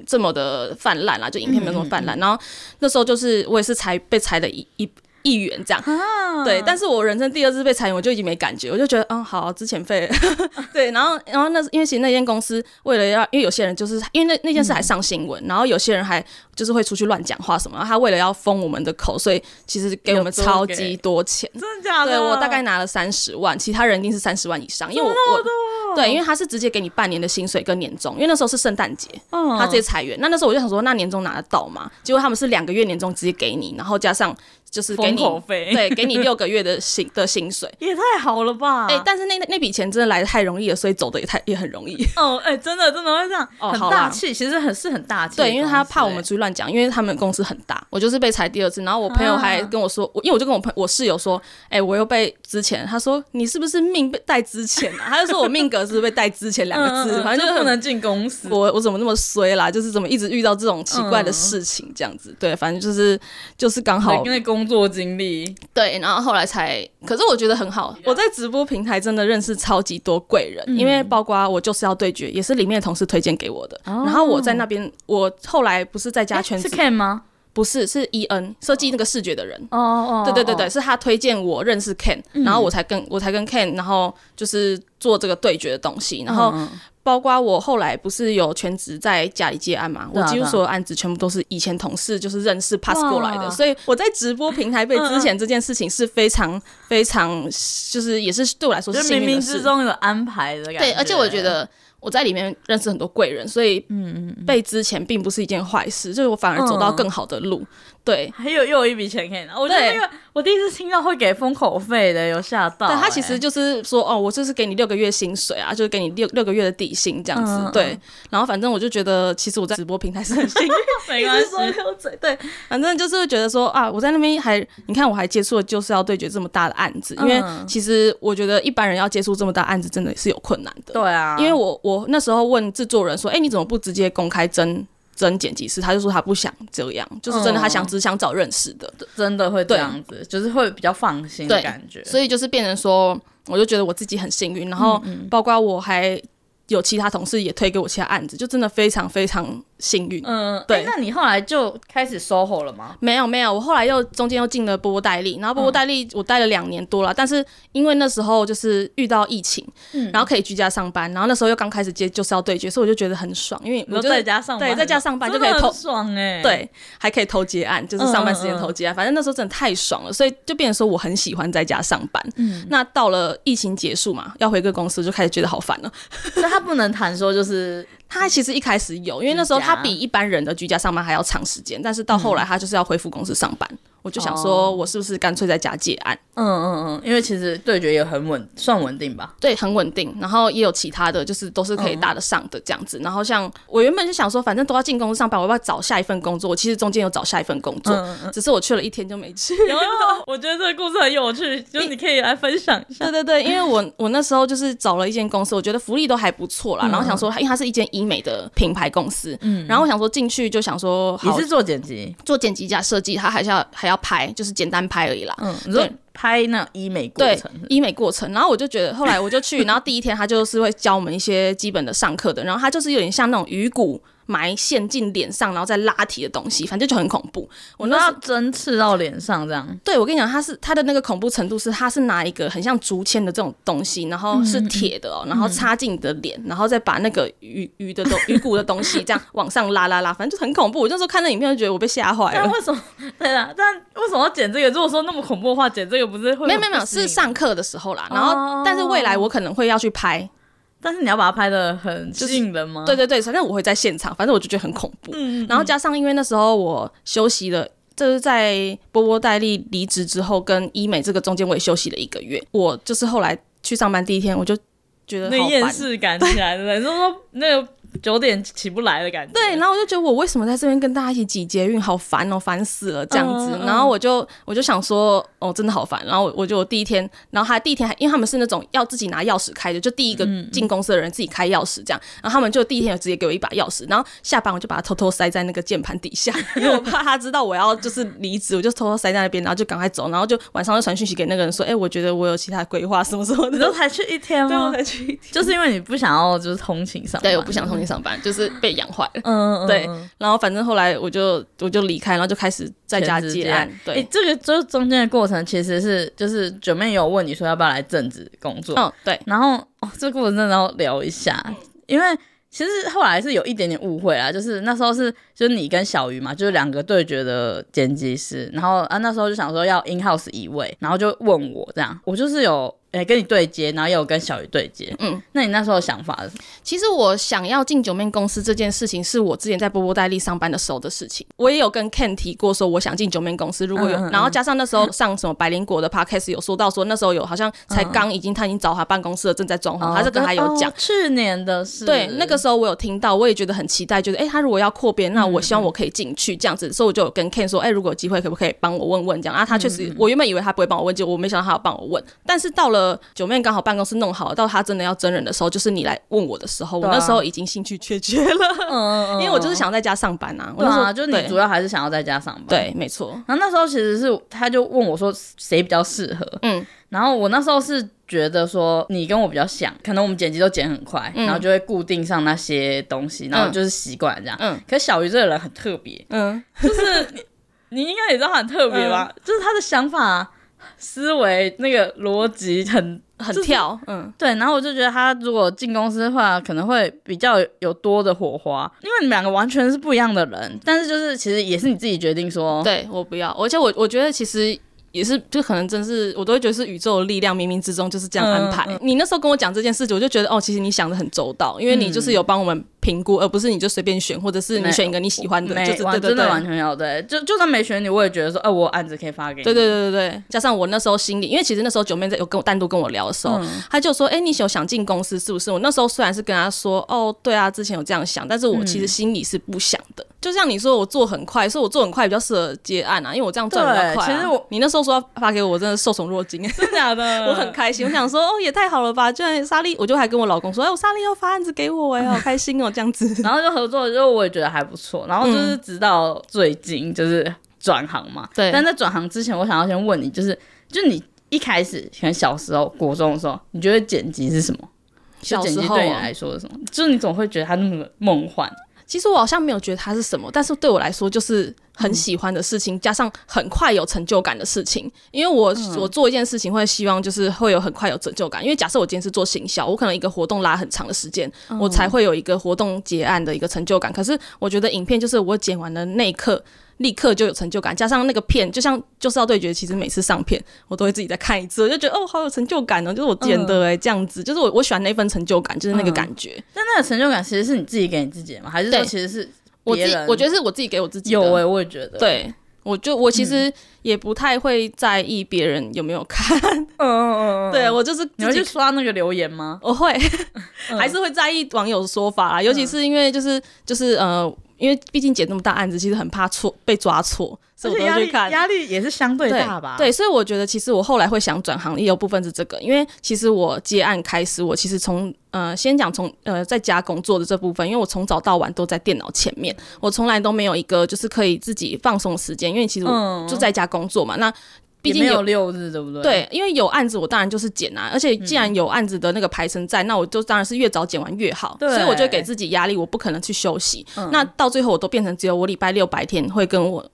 Speaker 2: 这么的泛滥啦，就影片没有那么
Speaker 3: 嗯
Speaker 2: 泛滥。然后那时候就是我也是裁被裁的一一一员这样，
Speaker 1: 啊，
Speaker 2: 对，但是我人生第二次被裁员，我就已经没感觉，我就觉得，嗯，好，之前被， 对，然后，然后那是因为其实那间公司为了要，因为有些人就是因为那那件事还上新闻，然后有些人还就是会出去乱讲话什么，然后他为了要封我们的口，所以其实给我们
Speaker 3: 有多
Speaker 2: 超
Speaker 3: 给
Speaker 2: 级多钱，
Speaker 1: 真的哦假的？
Speaker 2: 对我大概拿了三十万，其他人一定是三十万以上，因 为我
Speaker 1: 啊
Speaker 2: 我对，因为他是直接给你半年的薪水跟年终，因为那时候是圣诞节，
Speaker 1: 嗯
Speaker 2: 他直接裁员。那那时候我就想说，那年终拿得到吗？结果他们是两个月年终直接给你，然后加上就是给
Speaker 1: 封
Speaker 2: 你
Speaker 1: 口费，
Speaker 2: 对，给你六个月的薪的薪水。
Speaker 1: 也太好了吧？
Speaker 2: 哎、但是那那那笔钱真的来的太容易了，所以走的也太也很容易。
Speaker 1: 哦，哎、真的真的会这样，
Speaker 2: 哦
Speaker 1: 很
Speaker 2: 好
Speaker 1: 大
Speaker 2: 啦
Speaker 1: 气，其实很是很大气的公司欸。
Speaker 2: 对，因为他怕我们出去乱讲，因为他们公司很大。我就是被裁第二次，然后我朋友还
Speaker 1: 啊
Speaker 2: 跟我说，我因为我就跟我朋我室友说，哎、我又被之前，他说你是不是命被带之前啊？ 他就说我命格是不是被带之前两个
Speaker 1: 嗯，
Speaker 2: 字，反正
Speaker 1: 就
Speaker 2: 就是
Speaker 1: 不
Speaker 2: 很
Speaker 1: 能进公司。
Speaker 2: 我我怎么那么衰啦？就是怎么一直遇到这种奇
Speaker 1: 嗯
Speaker 2: 怪的事情，这样子。对，反正就是就是刚好
Speaker 1: 因为工作经历，
Speaker 2: 对，然后后来才，可是我觉得很好。我在直播平台真的认识超级多贵人，因为包括我就是要对决，也是里面的同事推荐给我的。然后我在那边，我后来不哦是在家全职
Speaker 1: 哎是，Ken 吗？
Speaker 2: 不是是 E N 设计那个视觉的人。
Speaker 1: 哦哦，
Speaker 2: 对对对
Speaker 1: 哦
Speaker 2: 对，，是他推荐我认识 Ken，、然后我才跟我才跟 Ken，然后就是做这个对决的东西，然后
Speaker 1: 嗯
Speaker 2: 包括我后来不是有全职在家里接案嘛，
Speaker 1: 对
Speaker 2: 我
Speaker 1: 啊
Speaker 2: 几乎
Speaker 1: 对啊
Speaker 2: 所有案子全部都是以前同事就是认识 pass
Speaker 1: 哇
Speaker 2: 过来的，所以我在直播平台被之前这件事情是非常非常就是也是对我来说
Speaker 1: 就是是
Speaker 2: 幸
Speaker 1: 冥
Speaker 2: 运的
Speaker 1: 冥
Speaker 2: 事
Speaker 1: 之。中有安排的感觉。
Speaker 2: 对，而且我觉得我在里面认识很多贵人，所以
Speaker 1: 嗯
Speaker 2: 被之前并不是一件坏事，就是我反而走到更好的
Speaker 1: 嗯
Speaker 2: 路。对，
Speaker 1: 还有又有一笔钱可以拿，我觉得
Speaker 2: 对
Speaker 1: 那个我第一次听到会给封口费的，有吓到欸。
Speaker 2: 对他其实就是说，哦，我就是给你六个月薪水啊，就是给你六六个月的底薪这样子。
Speaker 1: 嗯嗯
Speaker 2: 对，然后反正我就觉得，其实我在直播平台是很幸运，
Speaker 1: 没关系，
Speaker 2: 说溜嘴。对，反正就是会觉得说啊，我在那边还，你看我还接触了就是要对决这么大的案子，因为
Speaker 1: 嗯
Speaker 2: 其实我觉得一般人要接触这么大案子，真的是有困难的。
Speaker 1: 对啊，
Speaker 2: 因为我我那时候问制作人说，哎、你怎么不直接公开征征剪辑师？他就说他不想这样，就是真的他想、
Speaker 1: 嗯
Speaker 2: 只想找认识的。
Speaker 1: 真的会这
Speaker 2: 对
Speaker 1: 样子，就是会比较放心的
Speaker 2: 对
Speaker 1: 感觉。
Speaker 2: 所以就是变成说，我就觉得我自己很幸运，然后
Speaker 1: 嗯
Speaker 2: 包括我还有其他同事也推给我其他案子，就真的非常非常幸运。
Speaker 1: 嗯，欸
Speaker 2: 对
Speaker 1: 那你后来就开始 SOHO 了吗？
Speaker 2: 没有没有，我后来又中间又进了波波代理，然后波
Speaker 1: 嗯
Speaker 2: 波代理我待了两年多了，但是因为那时候就是遇到疫情，
Speaker 1: 嗯
Speaker 2: 然后可以居家上班，然后那时候又刚开始接就是要对决，所以我就觉得很爽，因为
Speaker 1: 你说
Speaker 2: 我觉得
Speaker 1: 在家上班，
Speaker 2: 对在家上班就
Speaker 1: 真
Speaker 2: 可
Speaker 1: 的
Speaker 2: 以偷
Speaker 1: 很爽 哎。，
Speaker 2: 对，还可以偷接案，就是上班时间
Speaker 1: 嗯嗯嗯
Speaker 2: 偷接案。反正那时候真的太爽了，所以就变成说我很喜欢在家上班。嗯，那到了疫情结束嘛，要回个公司就开始觉得好烦了。
Speaker 1: 所以他不能谈说就是
Speaker 2: 他其实一开始有，因为那时候
Speaker 1: 居家
Speaker 2: 他比一般人的居家上班还要长时间，但是到后来他就是要恢复公司上班，我就想说，我是不是干脆在家接案？
Speaker 1: 嗯嗯嗯，因为其实对决也很稳，算稳定吧。
Speaker 2: 对，很稳定，然后也有其他的，就是都是可以搭得上的这样子。然后像我原本就想说，反正都要进公司上班，我要不要找下一份工作？我其实中间有找下一份工作，嗯只是我去了一天就没 去。
Speaker 1: 有有，我觉得这个故事很有趣，就是你可以来分享一下。
Speaker 2: 对对对，因为我我那时候就是找了一间公司，我觉得福利都还不错啦，然后想说，因为它是一间医美的品牌公司，然后我想说进去就想说，
Speaker 1: 你
Speaker 2: 好
Speaker 1: 是做剪辑，
Speaker 2: 做剪辑加设计，它还是要还要拍，就是简单拍而已啦。
Speaker 1: 嗯，你说
Speaker 2: 对
Speaker 1: 拍那种医美过
Speaker 2: 对
Speaker 1: 程，
Speaker 2: 医美过程，然后我就觉得，后来我就去，然后第一天他就是会教我们一些基本的上课的，然后他就是有点像那种鱼骨埋线进脸上，然后再拉提的东西，反正就很恐怖。我
Speaker 3: 我
Speaker 2: 那
Speaker 3: 那
Speaker 2: 时
Speaker 3: 要
Speaker 2: 候
Speaker 3: 针刺到脸上这样，
Speaker 2: 对我跟你讲，它是它的那个恐怖程度是，它是拿一个很像竹签的这种东西，然后
Speaker 1: 嗯
Speaker 2: 是铁的哦、然后插进你的脸，然后再把那个鱼鱼的东鱼骨的东西这样往上拉拉拉，反正就是很恐怖。我那时候看那影片就觉得我被吓坏
Speaker 1: 但
Speaker 2: 了。
Speaker 1: 为什么？对啦，但为什么要剪这个？如果说那么恐怖的话，剪这个不是会
Speaker 2: 没有没有没有，
Speaker 1: 不适应
Speaker 2: 是哦
Speaker 1: 吗，
Speaker 2: 上课的时候啦。然后，但是未来我可能会要去拍，
Speaker 1: 但是你要把它拍的很吸引人吗？
Speaker 2: 对对对，反正我会在现场，反正我就觉得很恐怖。然后加上因为那时候我休息了。这是在波波戴利离职之后，跟医美这个中间我也休息了一个月。我就是后来去上班第一天，我就觉得
Speaker 1: 那
Speaker 2: 好
Speaker 1: 厌
Speaker 2: 烦。
Speaker 1: 世感起来，对 不对？就是说那个九点起不来的感觉。
Speaker 2: 对，然后我就觉得我为什么在这边跟大家一起挤捷运，好烦哦，烦死了这样子。然后我就我就想说，哦，真的好烦。然后我我就第一天，然后还第一天还因为他们是那种要自己拿钥匙开的，就第一个进公司的人自己开钥匙这样。然后他们就第一天有直接给我一把钥匙，然后下班我就把它偷偷塞在那个键盘底下， 因为我怕他知道我要就是离职，我就偷偷塞在那边，然后就赶快走，然后就晚上就传讯息给那个人说，哎、我觉得我有其他规划什么什么
Speaker 1: 你都
Speaker 2: 的。
Speaker 1: 才去一天
Speaker 2: 对，我
Speaker 1: 吗？
Speaker 2: 才去。
Speaker 1: 就是因为你不想要就是通勤上班。
Speaker 2: 对，我不想重新上班，就是被养坏了。
Speaker 1: 嗯，嗯，嗯
Speaker 2: 对
Speaker 1: 嗯
Speaker 2: 然后反正后来我就我就离开，然后就开始在家
Speaker 1: 全职
Speaker 2: 接
Speaker 1: 接
Speaker 2: 案
Speaker 1: 案。
Speaker 2: 对，
Speaker 1: 诶这个就是中间的过程，其实是就是九妹有问你说要不要来正职工作，
Speaker 2: 嗯，对，
Speaker 1: 然后哦，这个过程真的要聊一下，因为其实后来是有一点点误会啦，就是那时候是就是你跟小鱼嘛，就是两个对决的剪辑师，然后啊那时候就想说要 in house 一位，然后就问我这样，我就是有诶、跟你对接，然后也有跟小鱼对接，
Speaker 2: 嗯，
Speaker 1: 那你那时候的想法是什么？
Speaker 2: 其实我想要进九面公司这件事情，是我之前在波波戴利上班的时候的事情。我也有跟 Ken 提过，说我想进九面公司，如果有，
Speaker 1: 嗯嗯嗯
Speaker 2: 然后加上那时候上什么百灵果的 podcast 有说到说，那时候有好像才刚已经他已经找他办公室了，正在装潢，他这个还有讲
Speaker 1: 哦。去年的事，
Speaker 2: 对，那
Speaker 1: 嗯
Speaker 2: 个时候我有听到，我也觉得很期待，就是哎、诶他如果要扩编，那我
Speaker 1: 嗯
Speaker 2: 希望我可以进去这样子，所以我就有跟 Ken 说，哎、如果有机会可不可以帮我问问这样啊？他确
Speaker 1: 嗯
Speaker 2: 实，我原本以为他不会帮我问，结果我没想到他要帮我问。但是到了九妹刚好办公室弄好，到他真的要真人的时候，就是你来问我的时候，我
Speaker 1: 对啊
Speaker 2: 那时候已经兴趣缺缺了，
Speaker 1: 嗯，嗯
Speaker 2: 因为我就是想在家上班啊。我
Speaker 1: 对
Speaker 2: 那时
Speaker 1: 啊，
Speaker 2: 候
Speaker 1: 就是
Speaker 2: 对
Speaker 1: 你主要还是想要在家上班，
Speaker 2: 对，没错，
Speaker 1: 然后那时候其实是他就问我说谁比较适合，
Speaker 2: 嗯，
Speaker 1: 然后我那时候是觉得说你跟我比较像，可能我们剪辑都剪很快，
Speaker 2: 嗯
Speaker 1: 然后就会固定上那些东西，然后就是习惯这样。
Speaker 2: 嗯
Speaker 1: 可是小鱼这个人很特别，
Speaker 2: 嗯，
Speaker 1: 就是你你应该也知道他很特别吧？就是他的想法、啊思维那个逻辑很
Speaker 2: 很
Speaker 1: 就是
Speaker 2: 跳，嗯，
Speaker 1: 对，然后我就觉得他如果进公司的话，可能会比较有多的火花，因为你们两个完全是不一样的人，但是就是其实也是你自己决定说，
Speaker 2: 对我不要，而且我我觉得其实。也是，就可能真是，我都会觉得是宇宙的力量冥冥之中就是这样安
Speaker 1: 嗯
Speaker 2: 排。你那时候跟我讲这件事情，我就觉得哦，其实你想的很周到，因为你就是有帮我们评估，而不是你就随便选，或者是你
Speaker 1: 嗯没
Speaker 2: 选一个你喜欢的，
Speaker 1: 没
Speaker 2: 就是
Speaker 1: 完
Speaker 2: 对对
Speaker 1: 真的完
Speaker 2: 对。
Speaker 1: 全有对，就就算没选你，我也觉得说，哎、我有案子可以发给你，
Speaker 2: 对对对对对，加上我那时候心里，因为其实那时候九妹在有跟我单独跟我聊的时候，
Speaker 1: 嗯
Speaker 2: 她就说：“哎、你有想进公司是不是？”我那时候虽然是跟她说：“哦，对啊，之前有这样想，但是我其实心里是不想
Speaker 1: 嗯
Speaker 2: 的。就像你说，我做很快，所以我做很快比较适合接案啊，因为我这样赚比较
Speaker 1: 对
Speaker 2: 快、啊。
Speaker 1: 其实我嗯
Speaker 2: 你那时候说要发给我，我真的受宠若惊。
Speaker 1: 真假的
Speaker 2: 我很开心，我想说哦，也太好了吧！居然莎莉，我就还跟我老公说，哎，我莎莉要发案子给我，哎，好开心哦，这样子。
Speaker 1: 然后就合作，就我也觉得还不错。然后就是直到最近，就是转行嘛。
Speaker 2: 对
Speaker 1: 但在转行之前，我想要先问你，就是就你一开始，可能小时候、国中的时候，你觉得剪辑是什么？ 就
Speaker 2: 小
Speaker 1: 剪
Speaker 2: 时
Speaker 1: 辑
Speaker 2: 候
Speaker 1: 对你
Speaker 2: 啊、
Speaker 1: 来说是什么？就是你总会觉得它那么梦幻。
Speaker 2: 其实我好像没有觉得它是什么，但是对我来说就是很喜欢的事情，加上很快有成就感的事情。因为我、我做一件事情会希望就是会有很快有成就感，因为假设我今天是做行销，我可能一个活动拉很长的时间，我才会有一个活动结案的一个成就感。可是我觉得影片就是我剪完的那一刻。立刻就有成就感，加上那个片，就像就是要对决，其实每次上片我都会自己再看一次，我就觉得哦，好有成就感哦，就是我剪的哎、这样子，就是我我喜欢那份成就感，就是那个
Speaker 1: 嗯
Speaker 2: 感觉。
Speaker 1: 但那个成就感其实是你自己给你自己的吗？还是说
Speaker 2: 对
Speaker 1: 其实是
Speaker 2: 我自己
Speaker 1: 别人
Speaker 2: 我觉得是我自己给我自己的
Speaker 1: 有哎、我也觉得。
Speaker 2: 对，我就我其实也不太会在意别人有没有看，
Speaker 1: 嗯，嗯嗯嗯。
Speaker 2: 对我就是
Speaker 1: 你会
Speaker 2: 自
Speaker 1: 去嗯
Speaker 2: 己。
Speaker 1: 刷那个留言吗？
Speaker 2: 我会， 还是会在意网友的说法
Speaker 1: 嗯
Speaker 2: 啦，尤其是因为就是就是呃，因为毕竟剪那么大案子，其实很怕错被抓错，所以
Speaker 1: 而
Speaker 2: 我
Speaker 1: 且
Speaker 2: 都
Speaker 1: 压
Speaker 2: 会
Speaker 1: 力
Speaker 2: 去看。
Speaker 1: 压力也是相对
Speaker 2: 对
Speaker 1: 大吧？
Speaker 2: 对，所以我觉得其实我后来会想转行，也有部分是这个，因为其实我接案开始，我其实从呃先讲从呃在家工作的这部分，因为我从早到晚都在电脑前面，我从来都没有一个就是可以自己放松时间，因为其实我就在家工作嘛，那。毕
Speaker 1: 嗯也
Speaker 2: 竟
Speaker 1: 没
Speaker 2: 有
Speaker 1: 有六日，对不对？，
Speaker 2: 对，因为有案子，我当然就是剪啊。而且既
Speaker 1: 嗯
Speaker 2: 然有案子的那个排程在，那我就当然是越早剪完越好。
Speaker 1: 对嗯
Speaker 2: 所以我就给自己压力，我不可能去休息。那到最后，我都变成只有我礼拜六白天会跟我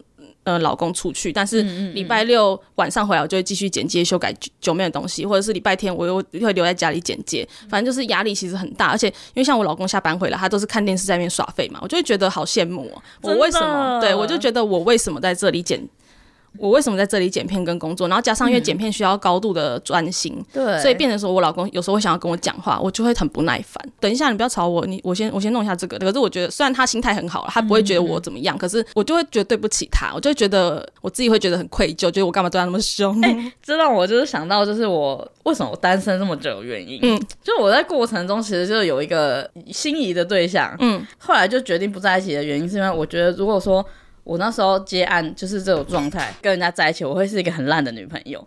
Speaker 2: 呃老公出去，但是
Speaker 1: 嗯
Speaker 2: 礼拜六晚上回来，我就会继续剪接、修改九妹的东西，或者是礼拜天我又会留在家里剪接。
Speaker 1: 嗯
Speaker 2: 反正就是压力其实很大，而且因为像我老公下班回来，他都是看电视在那边耍废嘛，我就会觉得好羡慕哦、我
Speaker 1: 真
Speaker 2: 为什么？
Speaker 1: 的
Speaker 2: 对我就觉得我为什么在这里剪我为什么在这里剪片跟工作，然后加上
Speaker 1: 嗯
Speaker 2: 因为剪片需要高度的专心，
Speaker 1: 对
Speaker 2: 所以变成说我老公有时候会想要跟我讲话，我就会很不耐烦。等一下，你不要吵我，你我先我先弄一下这个。可是我觉得，虽然他心态很好，
Speaker 1: 嗯
Speaker 2: 他不会觉得我怎么样，可是我就会觉得对不起他，我就会觉得我自己会觉得很愧疚，觉得我干嘛对他那么凶？
Speaker 1: 这让我就是想到，就是我为什么我单身这么久的原因，
Speaker 2: 嗯，
Speaker 1: 就我在过程中其实就有一个心仪的对象，
Speaker 2: 嗯，
Speaker 1: 后来就决定不在一起的原因，是因为我觉得如果说我那时候接案就是这种状态，跟人家在一起，我会是一个很烂的女朋 友，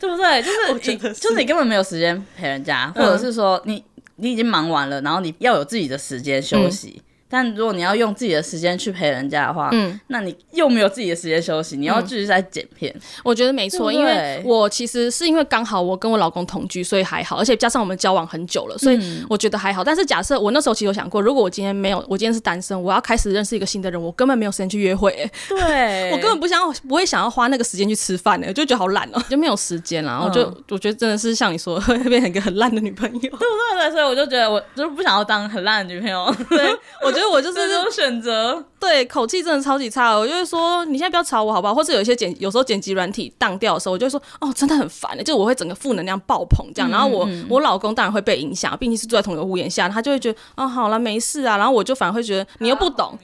Speaker 1: 对不对？就是
Speaker 2: 觉得
Speaker 1: 你，
Speaker 2: 是嗯
Speaker 1: 就是你根本没有时间陪人家，或者是说你你已经忙完了，然后你要有自己的时间休
Speaker 2: 嗯
Speaker 1: 息。但如果你要用自己的时间去陪人家的话，
Speaker 2: 嗯
Speaker 1: 那你又没有自己的时间休息，你要继续在剪片，
Speaker 2: 我觉得没错，
Speaker 1: 对不
Speaker 2: 因
Speaker 1: 对
Speaker 2: 为我其实是因为刚好我跟我老公同居，所以还好，而且加上我们交往很久了，所
Speaker 1: 嗯
Speaker 2: 以我觉得还好。但是假设我那时候其实有想过，如果我今天没有，我今天是单身，我要开始认识一个新的人，我根本没有时间去约会、欸
Speaker 1: 对
Speaker 2: 我根本不想要，不会想要花那个时间去吃饭呢、我就觉得好懒哦、嗯就没有时间啦。然后就、我觉得真的 是像你说，会变成一个很烂的女朋 友。
Speaker 1: 对对，所以我就觉得我就是不想要当很烂的女朋友，
Speaker 2: 对，我觉得我就
Speaker 1: 这
Speaker 2: 是
Speaker 1: 种选择。
Speaker 2: 对口气真的超级差的，哦我就会说你现在不要吵我好不好？或者有一些剪，有时候剪辑软体当掉的时候，我就会说哦，真的很烦、欸，就我会整个负能量爆棚这样。然后我、我老公当然会被影响，毕竟是住在同一个屋檐下，他就会觉得哦，好了，没事啊。然后我就反而会觉得你又不懂，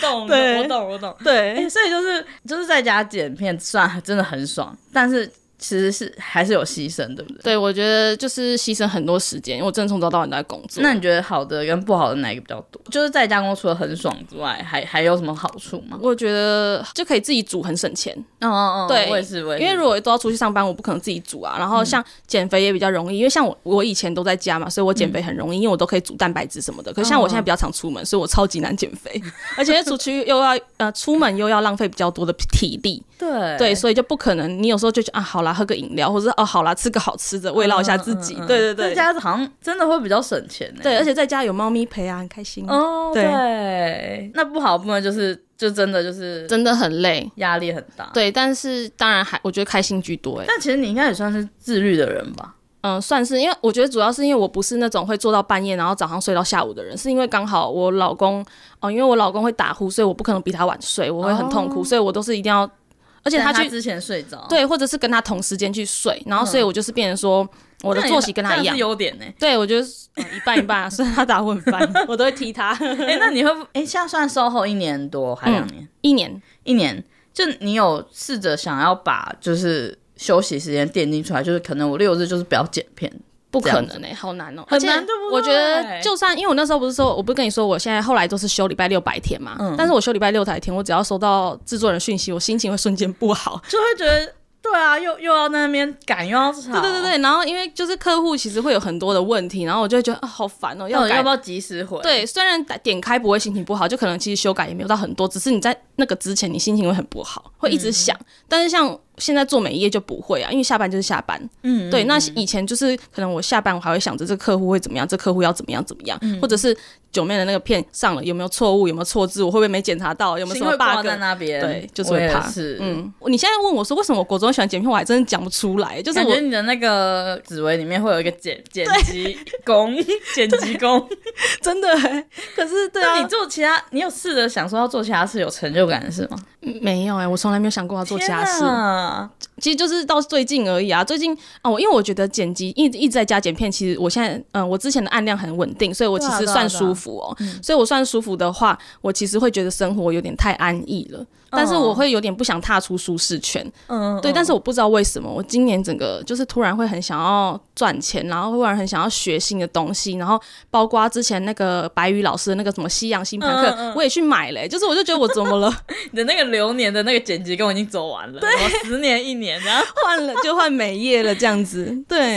Speaker 1: 懂，
Speaker 2: 对
Speaker 1: 我懂，我懂。哎、
Speaker 2: 对
Speaker 1: 所以就是就是在家剪片，虽然真的很爽，但是其实是还是有牺牲，对不对？
Speaker 2: 对，我觉得就是牺牲很多时间，因为我真的从早到晚都在工作。
Speaker 1: 那你觉得好的跟不好的哪一个比较多？就是在家工作除了很爽之外，还还有什么好处吗？
Speaker 2: 我觉得就可以自己煮，很省钱。
Speaker 1: 嗯嗯嗯
Speaker 2: 对
Speaker 1: 我也是，我也是
Speaker 2: 因为如果都要出去上班，我不可能自己煮啊。然后像减肥也比较容易，因为像我我以前都在家嘛，所以我减肥很容易，因为我都可以煮蛋白质什么的。可是像我现在比较常出门，所以我超级难减肥， 而且出去又要呃出门又要浪费比较多的体力，
Speaker 1: 对
Speaker 2: 对，所以就不可能。你有时候就觉得啊，好啦，喝个饮料，或者是哦好啦，吃个好吃的，慰劳一下自己。对对
Speaker 1: 在
Speaker 2: 对，
Speaker 1: 家好像真的会比较省钱呢。
Speaker 2: 对，而且在家有猫咪陪啊，很开心，
Speaker 1: 哦
Speaker 2: 对
Speaker 1: 对，那不好的部分就是就真的就是
Speaker 2: 真的很累。
Speaker 1: 压力很大。
Speaker 2: 对，但是当然还我觉得开心居多哎。
Speaker 1: 但其实你应该也算是自律的人吧？
Speaker 2: 嗯，算是，因为我觉得主要是因为我不是那种会做到半夜，然后早上睡到下午的人，是因为刚好我老公，哦，因为我老公会打呼，所以我不可能比他晚睡，我会很痛苦，所以我都是一定要，而
Speaker 1: 而
Speaker 2: 哦且他去
Speaker 1: 之前睡着，，
Speaker 2: 对，或者是跟他同时间去睡，然后所以我就是变成说、我的作息跟他一
Speaker 1: 这
Speaker 2: 样
Speaker 1: 是，优点呢、
Speaker 2: 对我觉得、呃一半一半、啊，虽 然他打呼很烦，我都会踢他
Speaker 1: 哎、那你会不哎、现在算售后一年多还两年、
Speaker 2: 一年。
Speaker 1: 一年，就你有试着想要把就是休息时间奠定出来，就是可能我六日就是不要剪片，
Speaker 2: 不可
Speaker 1: 这
Speaker 2: 能哎、好难哦、
Speaker 1: 很
Speaker 2: 而且
Speaker 1: 难对不对
Speaker 2: 我觉得，就算因为我那时候不是说，我不是跟你说，我现在后来都是休礼拜六白天嘛，
Speaker 1: 嗯
Speaker 2: 但是我休礼拜六白天，我只要收到制作人讯息，我心情会瞬间 不好。
Speaker 1: 就会觉得对啊，又又要在那边赶，又要吵，
Speaker 2: 对对对对，然后因为就是客户其实会有很多的问题，然后我就会觉得啊好烦哦、
Speaker 1: 到
Speaker 2: 要
Speaker 1: 底
Speaker 2: 改。
Speaker 1: 嗯要不要及时回？
Speaker 2: 对，虽然打点开不会心情不好，就可能其实修改也没有到很多，只是你在那个之前你心情会很不好，会一直想。但是像现在做美业就不会啊，因为下班就是下班。嗯，对。那以前就是可能我下班我还会想着这客户会怎么样，这客户要怎么样怎么样，或者是九妹的那个片上了有没有错误，有没有错字，我会不会没检查到，有没有
Speaker 1: 心
Speaker 2: 什
Speaker 1: 会
Speaker 2: 么
Speaker 1: 挂
Speaker 2: bug
Speaker 1: 在那边，
Speaker 2: 对，就是
Speaker 1: 我
Speaker 2: 会
Speaker 1: 也
Speaker 2: 怕。
Speaker 1: 是，嗯。
Speaker 2: 嗯，你现在问我说为什么我国中喜欢剪片，我还真的讲不出来，就是
Speaker 1: 感
Speaker 2: 我
Speaker 1: 觉你的那个紫薇里面会有一个剪剪辑 工，剪辑工。
Speaker 2: 真的、 欸，可是对
Speaker 1: 那
Speaker 2: 啊
Speaker 1: 你，做其他，你有试着想说要做其他事有成就感的事吗？
Speaker 2: 嗯没有哎、我从来没有想过要做家事
Speaker 1: 天，哪
Speaker 2: 其实就是到最近而已啊。最近哦，因为我觉得剪辑一直一直在家剪片，其实我现在嗯、我之前的案量很稳定，所以我其
Speaker 1: 对啊
Speaker 2: 实
Speaker 1: 对啊
Speaker 2: 算
Speaker 1: 对啊
Speaker 2: 舒服哦、所以我算舒服的话，我其实会觉得生活有点太安逸了，但是我会有点不想踏出舒适圈。
Speaker 1: 嗯，
Speaker 2: 对，但是我不知道为什么，我今年整个就是突然会很想要赚钱，然后突然很想要学新的东西，然后包括之前那个白宇老师的那个什么西洋星盘课，
Speaker 1: 嗯
Speaker 2: 我也去买嘞、就是我就觉得我怎么了，
Speaker 1: 你的那个流年的那个剪辑跟我已经走完了，对，十年一年这样。
Speaker 2: 换了就换美业了这样子，对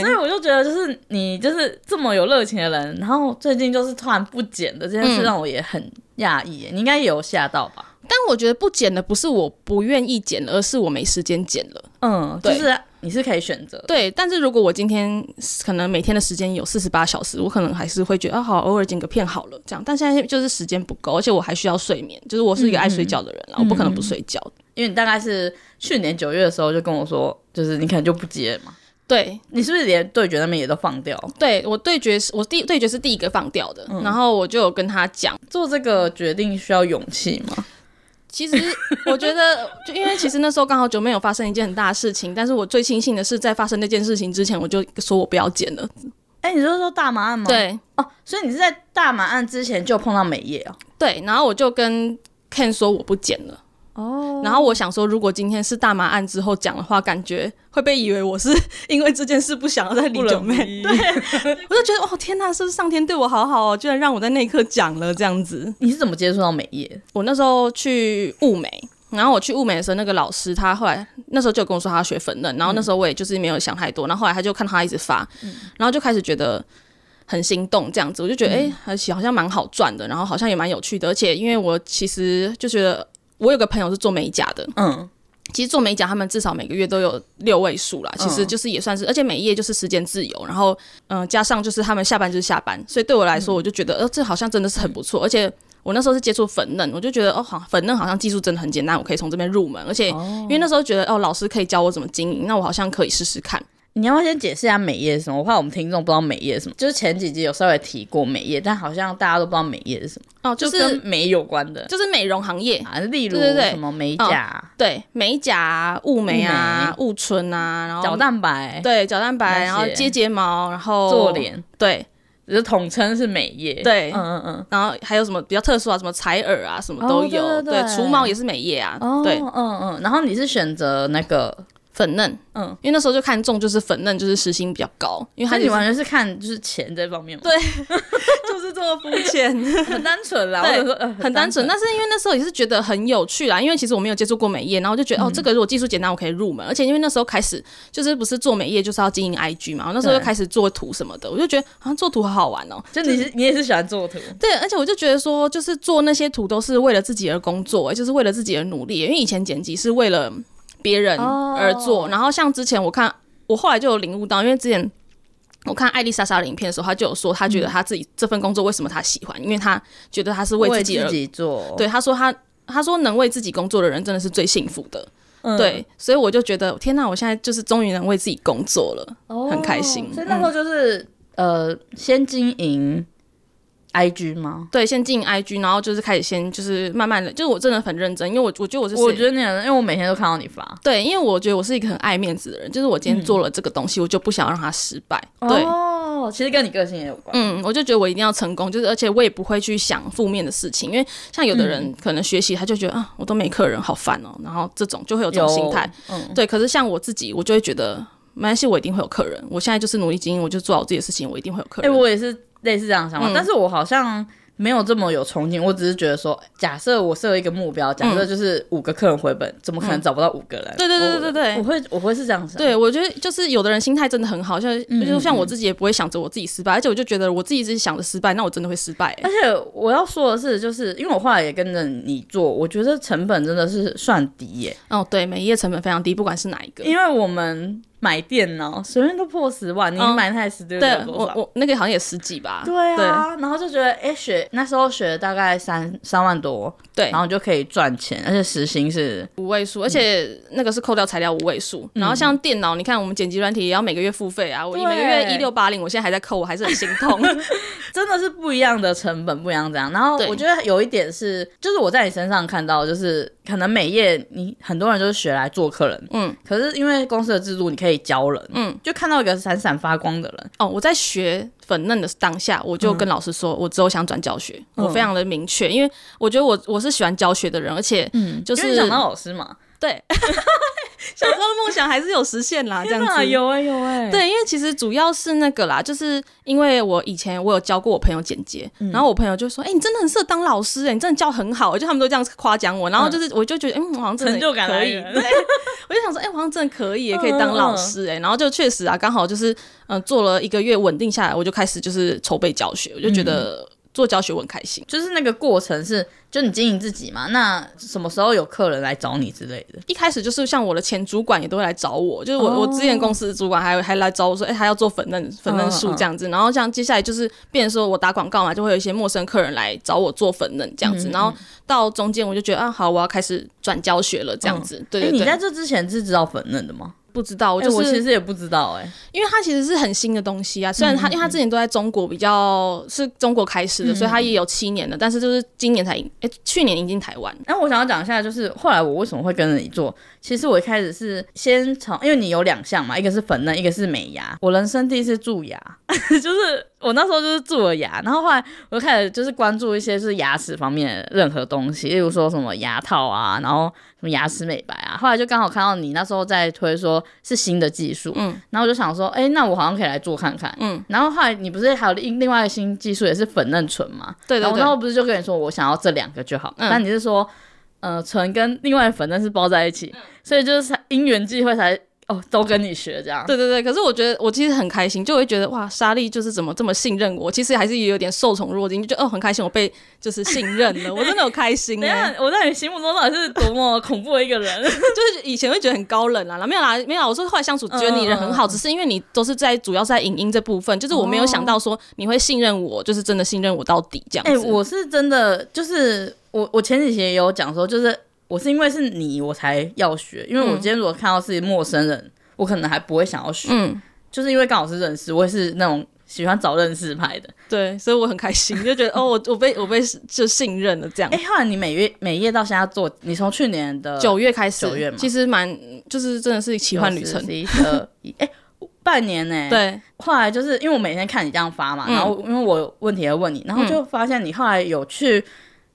Speaker 1: 所。以我就觉得，就是你就是这么有热情的人，然后最近就是突然不剪的这件事，
Speaker 2: 嗯
Speaker 1: 让我也很讶异耶。你应该也有吓到吧？
Speaker 2: 但我觉得不剪的不是我不愿意剪，而是我没时间剪了。
Speaker 1: 嗯，就
Speaker 2: 对
Speaker 1: 是你是可以选择的，
Speaker 2: 对，但是如果我今天可能每天的时间有四十八小时，我可能还是会觉得啊，好，偶尔剪个片好了，这样。但现在就是时间不够，而且我还需要睡眠，就是我是一个爱睡觉的人啦，我不可能不睡觉。
Speaker 1: 因为你大概是去年九月的时候就跟我说，就是你可能就不接了嘛，
Speaker 2: 对
Speaker 1: 你是不是连对决那边也都放掉？
Speaker 2: 对，我对决是我第对决是第一个放掉的，然后我就有跟他讲，
Speaker 1: 做这个决定需要勇气吗？
Speaker 2: 其实我觉得，就因为其实那时候刚好九妹有发生一件很大的事情，但是我最庆幸的是，在发生那件事情之前，我就说我不要剪了。
Speaker 1: 哎、你就是说大麻案吗？
Speaker 2: 对
Speaker 1: 哦，所以你是在大麻案之前就碰到美业哦。
Speaker 2: 对，然后我就跟 Ken 说我不剪了。哦，然后我想说，如果今天是大麻案之后讲的话，感觉会被以为我是 因为这件事不想要再理九妹，
Speaker 1: 对，
Speaker 2: 我就觉得哦天呐，是不是上天对我好好哦，居然让我在那一刻讲了这样子。
Speaker 1: 你是怎么接触到美业？
Speaker 2: 我那时候去物美，然后我去物美的时候，那个老师他后来那时候就跟我说他要学粉嫩，然后那时候我也就是没有想太多，然后后来他就看他一直发，然后就开始觉得。很心动这样子，我就觉得哎、诶而且好像蛮好赚的，然后好像也蛮有趣的，而且因为我其实就觉得我有个朋友是做美甲的，
Speaker 1: 嗯，
Speaker 2: 其实做美甲他们至少每个月都有六位数啦，其
Speaker 1: 嗯
Speaker 2: 实就是也算是，而且每一页就是时间自由，然后嗯、呃加上就是他们下班就是下班，所以对我来
Speaker 1: 嗯
Speaker 2: 说我就觉得，呃，这好像真的是很不错，而且。我那时候是接触粉嫩，我就觉得哦，好，粉嫩好像技术真的很简单，我可以从这边入门，而且因为那时候觉得哦，老师可以教我怎么经营，那我好像可以试试看。
Speaker 1: 你要不要先解释一下美业是什么？我怕我们听众不知道美业是什么。就是前几集有稍微提过美业，但好像大家都不知道美业是什么，
Speaker 2: 哦，就
Speaker 1: 就是跟美有关的
Speaker 2: 就是美容行业，
Speaker 1: 啊，例如
Speaker 2: 对对对哦
Speaker 1: 什么美甲、
Speaker 2: 对美甲啊、雾眉啊、雾唇啊，然后
Speaker 1: 角蛋白、
Speaker 2: 对角蛋白，
Speaker 1: 那些
Speaker 2: 然后接睫毛，然后
Speaker 1: 做，脸，
Speaker 2: 对
Speaker 1: 只是统称是美业。
Speaker 2: 对
Speaker 1: 嗯嗯嗯。
Speaker 2: 然后还有什么比较特殊啊，什么采耳啊，什么都有。
Speaker 1: 哦对对对
Speaker 2: 除毛也是美业啊，
Speaker 1: 哦，
Speaker 2: 对，
Speaker 1: 嗯嗯，然后你是选择那个，
Speaker 2: 粉嫩，
Speaker 1: 嗯，
Speaker 2: 因为那时候就看中就是粉嫩，就是时薪比较高，因为
Speaker 1: 那
Speaker 2: 它
Speaker 1: 你
Speaker 2: 就是
Speaker 1: 完全是看就是钱这方面吗？
Speaker 2: 就是这么肤 浅，
Speaker 1: 对，很单纯啦，
Speaker 2: 对
Speaker 1: 我者说呃
Speaker 2: 很单纯。但是因为那时候也是觉得很有趣啦，因为其实我没有接触过美业，然后我就觉得、哦，
Speaker 1: 嗯
Speaker 2: 这个如果技术简单，我可以入门。而且因为那时候开始就是不是做美业就是要经营 IG 嘛，我那时候
Speaker 1: 对
Speaker 2: 就开始做图什么的，我就觉得好像、做图好好玩哦。
Speaker 1: 就你是你也是喜欢做图，
Speaker 2: 对，而且我就觉得说，就是做那些图都是为了自己而工作、欸，就是为了自己而努力欸、因为以前剪辑是为了别人而做，然后像之前我看，我后来就有领悟到，因为之前。我看艾丽莎莎的影片的时候，她就有说，她觉得她自己这份工作为什么她喜欢，因为她觉得她是为自己而
Speaker 1: 自己做，
Speaker 2: 对，他说他他说能为自己工作的人真的是最幸福的。
Speaker 1: 嗯
Speaker 2: 对，所以我就觉得天哪，我现在就是终于能为自己工作了，很开心。
Speaker 1: 哦所以那时候就是呃，先经营 IG 吗？
Speaker 2: 对，先进 IG，然后就是开始先就是慢慢的，就是我真的很认真，因为我我觉得我是
Speaker 1: 我觉得你很，因为我每天都看到你发，
Speaker 2: 对，因为我觉得我是一个很爱面子的人，就是我今天做了这个东西，我就不想让它失败。对，
Speaker 1: 嗯哦，其实跟你个性也有关，
Speaker 2: 嗯，我就觉得我一定要成功，就是而且我也不会去想负面的事情，因为像有的
Speaker 1: 嗯
Speaker 2: 人可能学习他就觉得、啊，我都没客人，好烦哦，然后这种就会有这种心态。
Speaker 1: 嗯，
Speaker 2: 对，可是像我自己，我就会觉得没关系，我一定会有客人。我现在就是努力经营，我就做好自己的事情，我一定会有客
Speaker 1: 哎，
Speaker 2: 人。
Speaker 1: 我也是类似这样的想法，
Speaker 2: 嗯
Speaker 1: 但是我好像。没有这么有憧憬，我只是觉得说，假设我设一个目标，假设就是五个客人回本，怎么可能找不到五个人？
Speaker 2: 对对对
Speaker 1: 我
Speaker 2: 对对
Speaker 1: 我会我会是这样想。
Speaker 2: 对，我觉得就是有的人心态真的很好，像
Speaker 1: 嗯
Speaker 2: 就像我自己也不会想着我自己失败，而且我就觉得我自己一直想着失败，那我真的会失败、欸
Speaker 1: 而且我要说的是，就是因为我后来也跟着你做，我觉得成本真的是算低耶、
Speaker 2: 哦，对，每一页成本非常低，不管是哪一个。
Speaker 1: 因为我们买电脑随便都破十万，你
Speaker 2: 嗯
Speaker 1: 买那台 Studio
Speaker 2: 对
Speaker 1: 有多
Speaker 2: 我
Speaker 1: 少？
Speaker 2: 我那个好像也十几吧。
Speaker 1: 对啊，然后就觉得哎、诶学那时候学大概三三万多，
Speaker 2: 对
Speaker 1: 然后就可以赚钱，而且时薪是
Speaker 2: 五位数，而且那个是扣掉材料五位数。然后像电脑，你看我们剪辑软体也要每个月付费啊，我
Speaker 1: 嗯对
Speaker 2: 每个月一六八零，我现在还在扣，我还是很心痛。
Speaker 1: 真的是不一样的成本，不一样这样。然后
Speaker 2: 对
Speaker 1: 我觉得有一点是，就是我在你身上看到，就是可能美业你很多人都是学来做客人，
Speaker 2: 嗯，
Speaker 1: 可是因为公司的制度，你可以教人，
Speaker 2: 嗯，
Speaker 1: 就看到一个闪闪发光的人，
Speaker 2: 哦，我在学粉嫩的当下，我
Speaker 1: 嗯
Speaker 2: 就跟老师说，我之后想转教学，我非常的明确，因为我觉得我我是喜欢教学的人，而且就
Speaker 1: 嗯因为
Speaker 2: 是
Speaker 1: 你想当老师嘛，
Speaker 2: 对 小时候的梦想还是有实现啦，这样
Speaker 1: 天哪
Speaker 2: 子。
Speaker 1: 有哎、有哎、
Speaker 2: 对，因为其实主要是那个啦，就是因为我以前我有教过我朋友剪接，
Speaker 1: 嗯
Speaker 2: 然后我朋友就说：“哎、你真的很适合当老师、哎，你真的教很好。”就他们都这样夸奖我，然后就是我就觉得，嗯，我好像真的
Speaker 1: 成就感
Speaker 2: 可
Speaker 1: 来
Speaker 2: 以，
Speaker 1: 源
Speaker 2: 对，我就想说，哎、我好像真的可以、也可以
Speaker 1: 嗯
Speaker 2: 当
Speaker 1: 嗯
Speaker 2: 老
Speaker 1: 嗯
Speaker 2: 师、哎，然后就确实啊，刚好就是嗯、呃做了一个月稳定下来，我就开始就是筹备教学，我就觉得。做教学我很开心。
Speaker 1: 就是那个过程是，就你经营自己嘛，那什么时候有客人来找你之类的？
Speaker 2: 一开始就是像我的前主管也都会来找我，就是我、我之前公司的主管还还来找我说，哎、他要做粉嫩粉嫩
Speaker 1: 嗯
Speaker 2: 素
Speaker 1: 嗯嗯
Speaker 2: 这样子，然后像接下来就是变成说我打广告嘛，就会有一些陌生客人来找我做粉嫩这样子，然后到中间我就觉得啊好，我要开始转教学了这样子，对
Speaker 1: 哎、
Speaker 2: 对对。
Speaker 1: 你在这之前是知道粉嫩的吗？
Speaker 2: 不知道，我
Speaker 1: 我
Speaker 2: 就
Speaker 1: 我
Speaker 2: 是、
Speaker 1: 其实也不知道哎、
Speaker 2: 因为它其实是很新的东西啊，虽然它、因为它之前都在中国比较是中国开始的，所以它也有七年的，但是就是今年才引，哎、去年引进台湾。
Speaker 1: 那我想要讲一下，就是后来我为什么会跟着你做。其实我一开始是先从，因为你有两项嘛，一个是粉嫩，一个是美牙。我人生第一次蛀牙， 就是我那时候就是蛀了牙，然后后来我就开始就是关注一些就是牙齿方面的任何东西，例如说什么牙套啊，然后什么牙齿美白啊。后来就刚好看到你那时候在推说是新的技术，
Speaker 2: 嗯
Speaker 1: 嗯，然后我就想说，哎、那我好像可以来做看看，
Speaker 2: 嗯
Speaker 1: 嗯。然后后来你不是还有另另外一个新技术也是粉嫩唇嘛？
Speaker 2: 对对
Speaker 1: 然后我
Speaker 2: 对
Speaker 1: 那时候不是就跟你说我想要这两个就好，
Speaker 2: 嗯
Speaker 1: 但你是说，呃，唇跟另外的粉嫩是包在一起，所以就是才因缘际会才哦都跟你学这样。
Speaker 2: 对对对，可是我觉得我其实很开心，就会觉得哇，莎莉就是怎么这么信任我？其实还是也有点受宠若惊，就觉得哦很开心，我被就是信任 了，我真的有开心、
Speaker 1: 等一下，
Speaker 2: 欸。
Speaker 1: 我在你心目中到底是多么恐怖的一个人？
Speaker 2: 就是以前会觉得很高冷啦，没有啦，没有啦。我说后来相处觉得你人很好，只是因为你都是在主要是在影音这部分，就是我没有想到说你会信任我，就是真的信任我到底这样子。
Speaker 1: 哎、我是真的，就是我我前几期也有讲说，就是我是因为是你我才要学，因为我今天如果看到是陌生人，我可能还不会想要学，
Speaker 2: 嗯，
Speaker 1: 就是因为刚好是认识，我也是那种喜欢找认识派的。
Speaker 2: 对，所以我很开心，就觉得哦，我我被我被就信任了这样
Speaker 1: 哎、。后来你每月每夜到现在做，你从去年的
Speaker 2: 哎九、月开始，
Speaker 1: 九月嘛
Speaker 2: 其实蛮就是真的是奇幻旅程。
Speaker 1: 十一、十二、一，哎，半年 呢、，
Speaker 2: 对，
Speaker 1: 后来就是因为我每天看你这样发嘛，
Speaker 2: 嗯
Speaker 1: 然后因为我有问题也问你，然后就发现你后来有去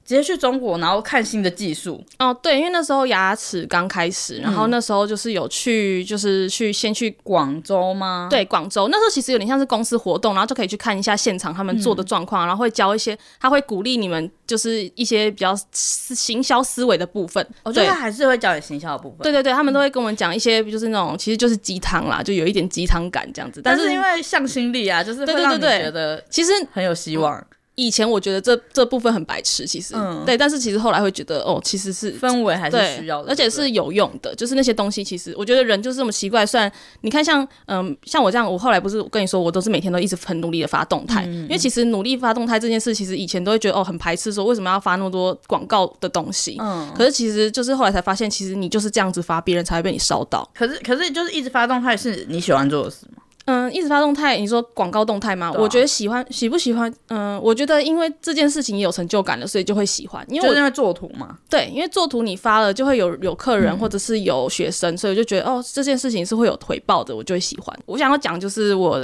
Speaker 1: 直接去中国，然后看新的技术。
Speaker 2: 哦对，因为那时候牙齿刚开始，然
Speaker 1: 嗯
Speaker 2: 后那时候就是有去，就是去先去。
Speaker 1: 广州吗？，
Speaker 2: 对广州那时候其实有点像是公司活动，然后就可以去看一下现场他们
Speaker 1: 嗯
Speaker 2: 做的状况，然后会教一些，他会鼓励你们就是一些比较思行销思维的部分。
Speaker 1: 我觉
Speaker 2: 对
Speaker 1: 得还是会教你行销的部分。
Speaker 2: 对对对，他们都会跟我们讲一些就是那种其实就是鸡汤啦，就有一点鸡汤感这样子。
Speaker 1: 但
Speaker 2: 是
Speaker 1: 是因为向心力啊，就是
Speaker 2: 对
Speaker 1: 会
Speaker 2: 对
Speaker 1: 让你
Speaker 2: 对对
Speaker 1: 觉得
Speaker 2: 其实
Speaker 1: 很有希望，
Speaker 2: 以前我觉得这这部分很白痴，其实、
Speaker 1: 嗯
Speaker 2: 对，但是其实后来会觉得哦，其实是
Speaker 1: 氛围还是
Speaker 2: 对
Speaker 1: 需要的，
Speaker 2: 而且
Speaker 1: 对不对
Speaker 2: 是有用的，就是那些东西，其实我觉得人就是这么奇怪。虽然你看像，嗯，像我这样，我后来不是跟你说，我都是每天都一直很努力的发动态，
Speaker 1: 嗯
Speaker 2: 因为其实努力发动态这件事，其实以前都会觉得哦很排斥，说为什么要发那么多广告的东西。
Speaker 1: 嗯。
Speaker 2: 可是其实就是后来才发现，其实你就是这样子发，别人才会被你烧到。
Speaker 1: 可是可是就是一直发动态是你喜欢做的事吗？
Speaker 2: 嗯，一直发动态，你说广告动态吗？
Speaker 1: 对啊
Speaker 2: 我觉得喜欢喜不喜欢，嗯，我觉得因为这件事情也有成就感了，所以就会喜欢。因为
Speaker 1: 就
Speaker 2: 我
Speaker 1: 是因为做图嘛。
Speaker 2: 对，因为做图你发了就会有有客人或者是有学生，所以我就觉得哦，这件事情是会有回报的，我就会喜欢。我想要讲就是我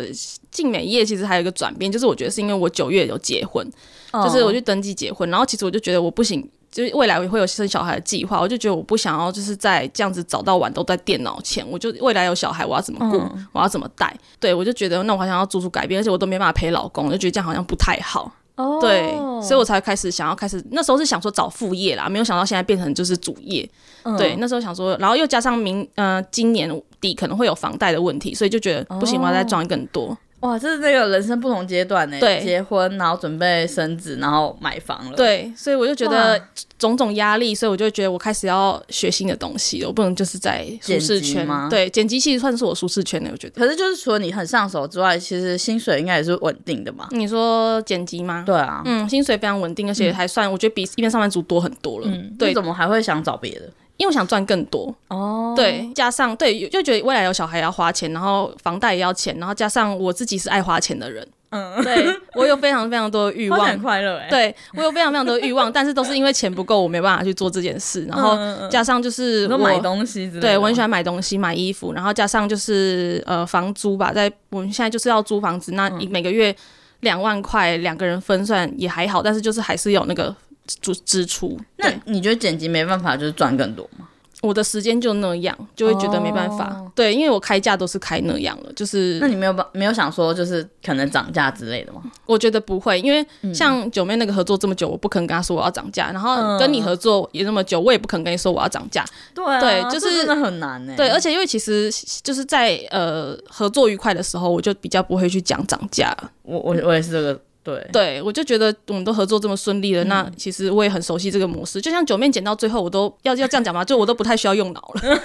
Speaker 2: 进美业其实还有一个转变，就是我觉得是因为我九月有结婚，
Speaker 1: 哦
Speaker 2: 就是我去登记结婚，然后其实我就觉得我不行。就是未来我会有生小孩的计划，我就觉得我不想要就是在这样子早到晚都在电脑前，我就未来有小孩我要怎么顾，我要怎么带，对我就觉得那我好想要做出改变，而且我都没办法陪老公，我就觉得这样好像不太好。
Speaker 1: 哦
Speaker 2: 对，所以我才开始想要开始，那时候是想说找副业啦，没有想到现在变成就是主业。
Speaker 1: 嗯
Speaker 2: 对，那时候想说，然后又加上明呃今年底可能会有房贷的问题，所以就觉得不行，我要再赚更多。
Speaker 1: 哇，这是那个人生不同阶段呢、欸
Speaker 2: 对
Speaker 1: 结婚，然后准备生子，然后买房了。，
Speaker 2: 对，所以我就觉
Speaker 1: 嗯
Speaker 2: 得
Speaker 1: 哇
Speaker 2: 种种压力，所以我就觉得我开始要学新的东西了，我不能就是在舒适
Speaker 1: 剪辑
Speaker 2: 圈
Speaker 1: 吗。
Speaker 2: 对，剪辑器算是我舒适圈的，我觉得。
Speaker 1: 可是就是除了你很上手之外，其实薪水应该也是稳定的嘛。
Speaker 2: 你说剪辑吗？
Speaker 1: 对啊，
Speaker 2: 嗯，薪水非常稳定，而且还算，我觉得比一般上班族多很
Speaker 1: 嗯
Speaker 2: 多了。嗯对
Speaker 1: 你，怎么还会想找别的？
Speaker 2: 因为我想赚更多哦，对，加上对，有就觉得未来有小孩要花钱，然后房贷也要钱，然后加上我自己是爱花钱的人，嗯， 对我有非常非常多的欲
Speaker 1: 花钱很
Speaker 2: 望，
Speaker 1: 快乐哎、
Speaker 2: 对我有非常非常多的欲 望，但是都是因为钱不够，我没办法去做这件事，然后加上就是
Speaker 1: 你
Speaker 2: 我
Speaker 1: 说买东西之类的。
Speaker 2: 对，我很喜欢买东西、买衣服，然后加上就是呃房租吧，在我们现在就是要租房子，那一每个月两万块，两个人分算也还好，但是就是还是有那个支支出。
Speaker 1: 那
Speaker 2: 对
Speaker 1: 你觉得剪辑没办法，就是赚更多吗？
Speaker 2: 我的时间就那样，就会觉得没办法。对，因为我开价都是开那样了，就是
Speaker 1: 哦那你没有办没有想说就是可能涨价之类的吗？
Speaker 2: 我觉得不会，因为
Speaker 1: 嗯
Speaker 2: 像九妹那个合作这么久，我不可能跟她说我要涨价，然
Speaker 1: 嗯
Speaker 2: 后跟你合作也那么久，我也不可能跟你说我要涨价。
Speaker 1: 对、啊
Speaker 2: 对就是
Speaker 1: 这真的很难哎、
Speaker 2: 对，而且因为其实就是在呃合作愉快的时候，我就比较不会去讲涨价。
Speaker 1: 我我我也是这个对，嗯
Speaker 2: 对，我就觉得我们都合作这么顺利了，那其实我也很熟悉这个模式。就像九面剪到最后，我都要要这样讲嘛，就我都不太需要用脑 了，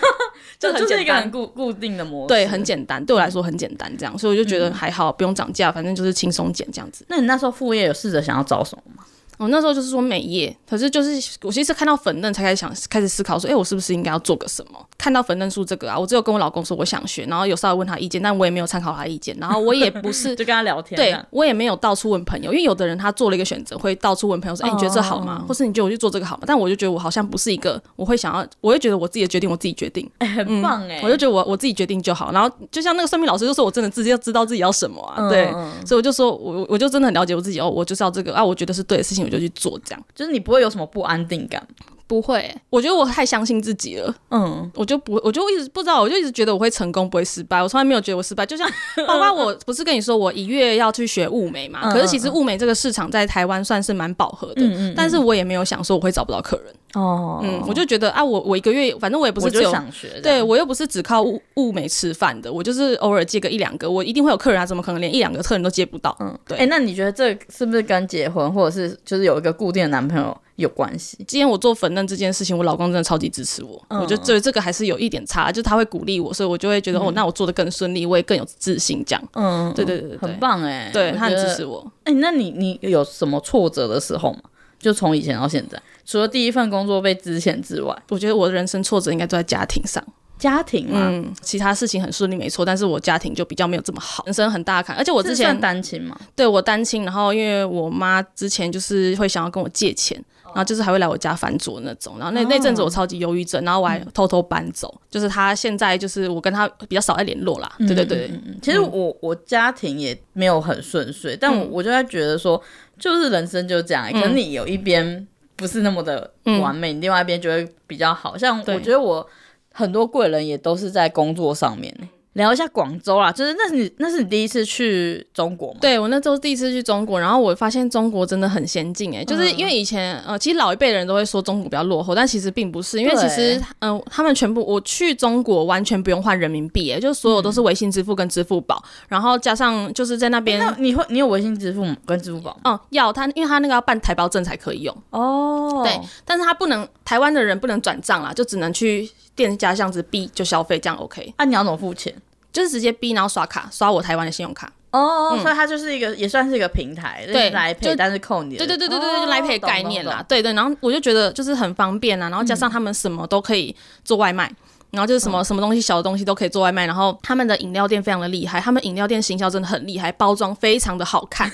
Speaker 1: 就
Speaker 2: 很
Speaker 1: 就是
Speaker 2: 简
Speaker 1: 一个
Speaker 2: 单
Speaker 1: 很固固定的模式。
Speaker 2: 对，很简单，对我来说很简单，这样，所以我就觉得还好，不用涨价，反正就是轻松剪这样子。
Speaker 1: 那你那时候副业有试着想要招手吗？
Speaker 2: 我那时候就是说美业，可是就是我其实是看到粉嫩才开始想开始思考说，哎、我是不是应该要做个什么？看到粉嫩树这个啊，我只有跟我老公说我想学，然后有稍微问他意见，但我也没有参考他意见，然后我也 不是
Speaker 1: 就跟他聊天啊这
Speaker 2: 对
Speaker 1: 样，
Speaker 2: 我也没有到处问朋友，因为有的人他做了一个选择，会到处问朋友说：“哎、你觉得这
Speaker 1: 哦
Speaker 2: 好吗？”或是你觉得我去做这个好吗？但我就觉得我好像不是一个，我会想要，我会觉得我自己的决定，我自己决定，
Speaker 1: 哎、很棒哎、
Speaker 2: 我就觉得我我自己决定就好。然后就像那个算命老师就说，我真的自己要知道自己要什么啊，
Speaker 1: 嗯
Speaker 2: 对，
Speaker 1: 嗯
Speaker 2: 所以我就说我我就真的很了解我自己哦，我就是要这个啊，我觉得是对的事情我就去做，这样
Speaker 1: 就是你不会有什么不安定感。
Speaker 2: 不会、我觉得我太相信自己了，
Speaker 1: 嗯，
Speaker 2: 我就不，我就一直不知道，我就一直觉得我会成功，不会失败。我从来没有觉得我失败，就像包括我不是跟你说我一月要去学物美嘛？
Speaker 1: 嗯
Speaker 2: 可是其实物美这个市场在台湾算是蛮饱和的，
Speaker 1: 嗯嗯嗯
Speaker 2: 但是我也没有想说我会找不到客人。
Speaker 1: 哦，
Speaker 2: 嗯，我就觉得啊，我我一个月反正我也不
Speaker 1: 我
Speaker 2: 是只
Speaker 1: 就
Speaker 2: 有。
Speaker 1: 想学这
Speaker 2: 对，
Speaker 1: 样，
Speaker 2: 我又不是只靠物物美吃饭的，我就是偶尔接个一两个，我一定会有客人啊，怎么可能连一两个客人都接不到？
Speaker 1: 嗯，
Speaker 2: 对
Speaker 1: 哎、那你觉得这是不是跟结婚或者是就是有一个固定的男朋友有关系？
Speaker 2: 今天我做粉嫩这件事情，我老公真的超级支持我，
Speaker 1: 嗯
Speaker 2: 我觉得这这个还是有一点差，就是他会鼓励我，所以我就会觉得、哦，那我做的更顺利，我也更有自信这样。
Speaker 1: 嗯，
Speaker 2: 对对对对对
Speaker 1: 很棒哎、
Speaker 2: 对
Speaker 1: 我
Speaker 2: 他很
Speaker 1: 觉
Speaker 2: 支
Speaker 1: 得
Speaker 2: 持我。
Speaker 1: 哎、那你你有什么挫折的时候吗？就从以前到现在，除了第一份工作被之前之外，
Speaker 2: 我觉得我的人生挫折应该都在家庭上，
Speaker 1: 家庭嘛，
Speaker 2: 嗯，其他事情很顺利没错，但是我家庭就比较没有这么好，人生很大的坎。而且我
Speaker 1: 我
Speaker 2: 之
Speaker 1: 之
Speaker 2: 前
Speaker 1: 前单亲嘛，
Speaker 2: 对我单亲，然后因为我妈之前就是会想要跟我借钱，然后就是还会来我家翻桌那种，然后那、那阵子我超级忧郁症，然后我还偷偷搬走，就是她现在就是我跟她比较少在联络啦，对对对，
Speaker 1: 嗯其实我我家庭也没有很顺遂，但我我就在觉得说，就是人生就这样、欸，可能你有一边不是那么的完美，你另外一边就会比较好。像
Speaker 2: 对
Speaker 1: 我觉得我很多贵人也都是在工作上面、欸。聊一下广州啦，就是那是你那是你第一次去中国吗？
Speaker 2: 对我那时候第一次去中国，然后我发现中国真的很先进哎、就是因为
Speaker 1: 嗯
Speaker 2: 以前呃，其实老一辈的人都会说中国比较落后，但其实并不是，因为其
Speaker 1: 对
Speaker 2: 实嗯、呃他们全部我去中国完全不用换人民币哎、就是所有
Speaker 1: 嗯
Speaker 2: 都是微信支付跟支付宝，然后加上就是在那边。
Speaker 1: 那你会你有微信支付吗？跟支付宝吗？
Speaker 2: 哦、要他，因为他那个要办台胞证才可以用，
Speaker 1: 哦
Speaker 2: 对，但是他不能台湾的人不能转账啦，就只能去店家这样子逼就消费，这样 OK，
Speaker 1: 啊，你要怎么付钱？
Speaker 2: 就是直接逼然后刷卡，刷我台湾的信用卡，
Speaker 1: 哦，所以它就是一个也算是一个平台，
Speaker 2: 对
Speaker 1: 来
Speaker 2: 就
Speaker 1: 配，但是扣你的，
Speaker 2: 对对对对对对，
Speaker 1: 哦
Speaker 2: 就来赔的概念。
Speaker 1: 懂懂嗯
Speaker 2: 啦
Speaker 1: 懂，
Speaker 2: 对对，然后我就觉得就是很方便啊啦，然后加上他们什么都可以做外卖。然后就
Speaker 1: 嗯
Speaker 2: 是什么什么东西小的东西都可以做外卖，然后他们的饮料店非常的厉害，他们饮料店行销真的很厉害，包装非常的好看，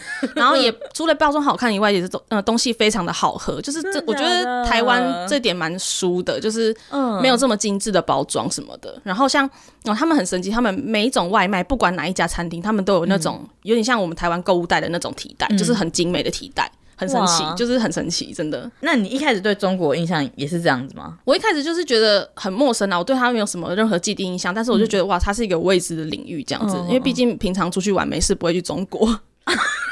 Speaker 2: 然后也除了包装好看以外，也是东呃东西非常的好喝，就是这
Speaker 1: 真的
Speaker 2: 我觉
Speaker 1: 假
Speaker 2: 得
Speaker 1: 的
Speaker 2: 台湾这点蛮输的，就是
Speaker 1: 嗯
Speaker 2: 没有这么精致的包装什么的。然后像哦他们很神奇，他们每一种外卖不管哪一家餐厅，他们都有那
Speaker 1: 嗯
Speaker 2: 种、有点像我们台湾购物袋的那种提袋，就是很精美的提袋。很神奇
Speaker 1: 哇，
Speaker 2: 就是很神奇，真的。
Speaker 1: 那你一开始对中国印象也是这样子吗？
Speaker 2: 我一开始就是觉得很陌生啊，我对它没有什么任何既定印象，但是我就觉得、哇，它是一个未知的领域这样子，
Speaker 1: 嗯
Speaker 2: 因为毕竟平常出去玩没事不会去 中国。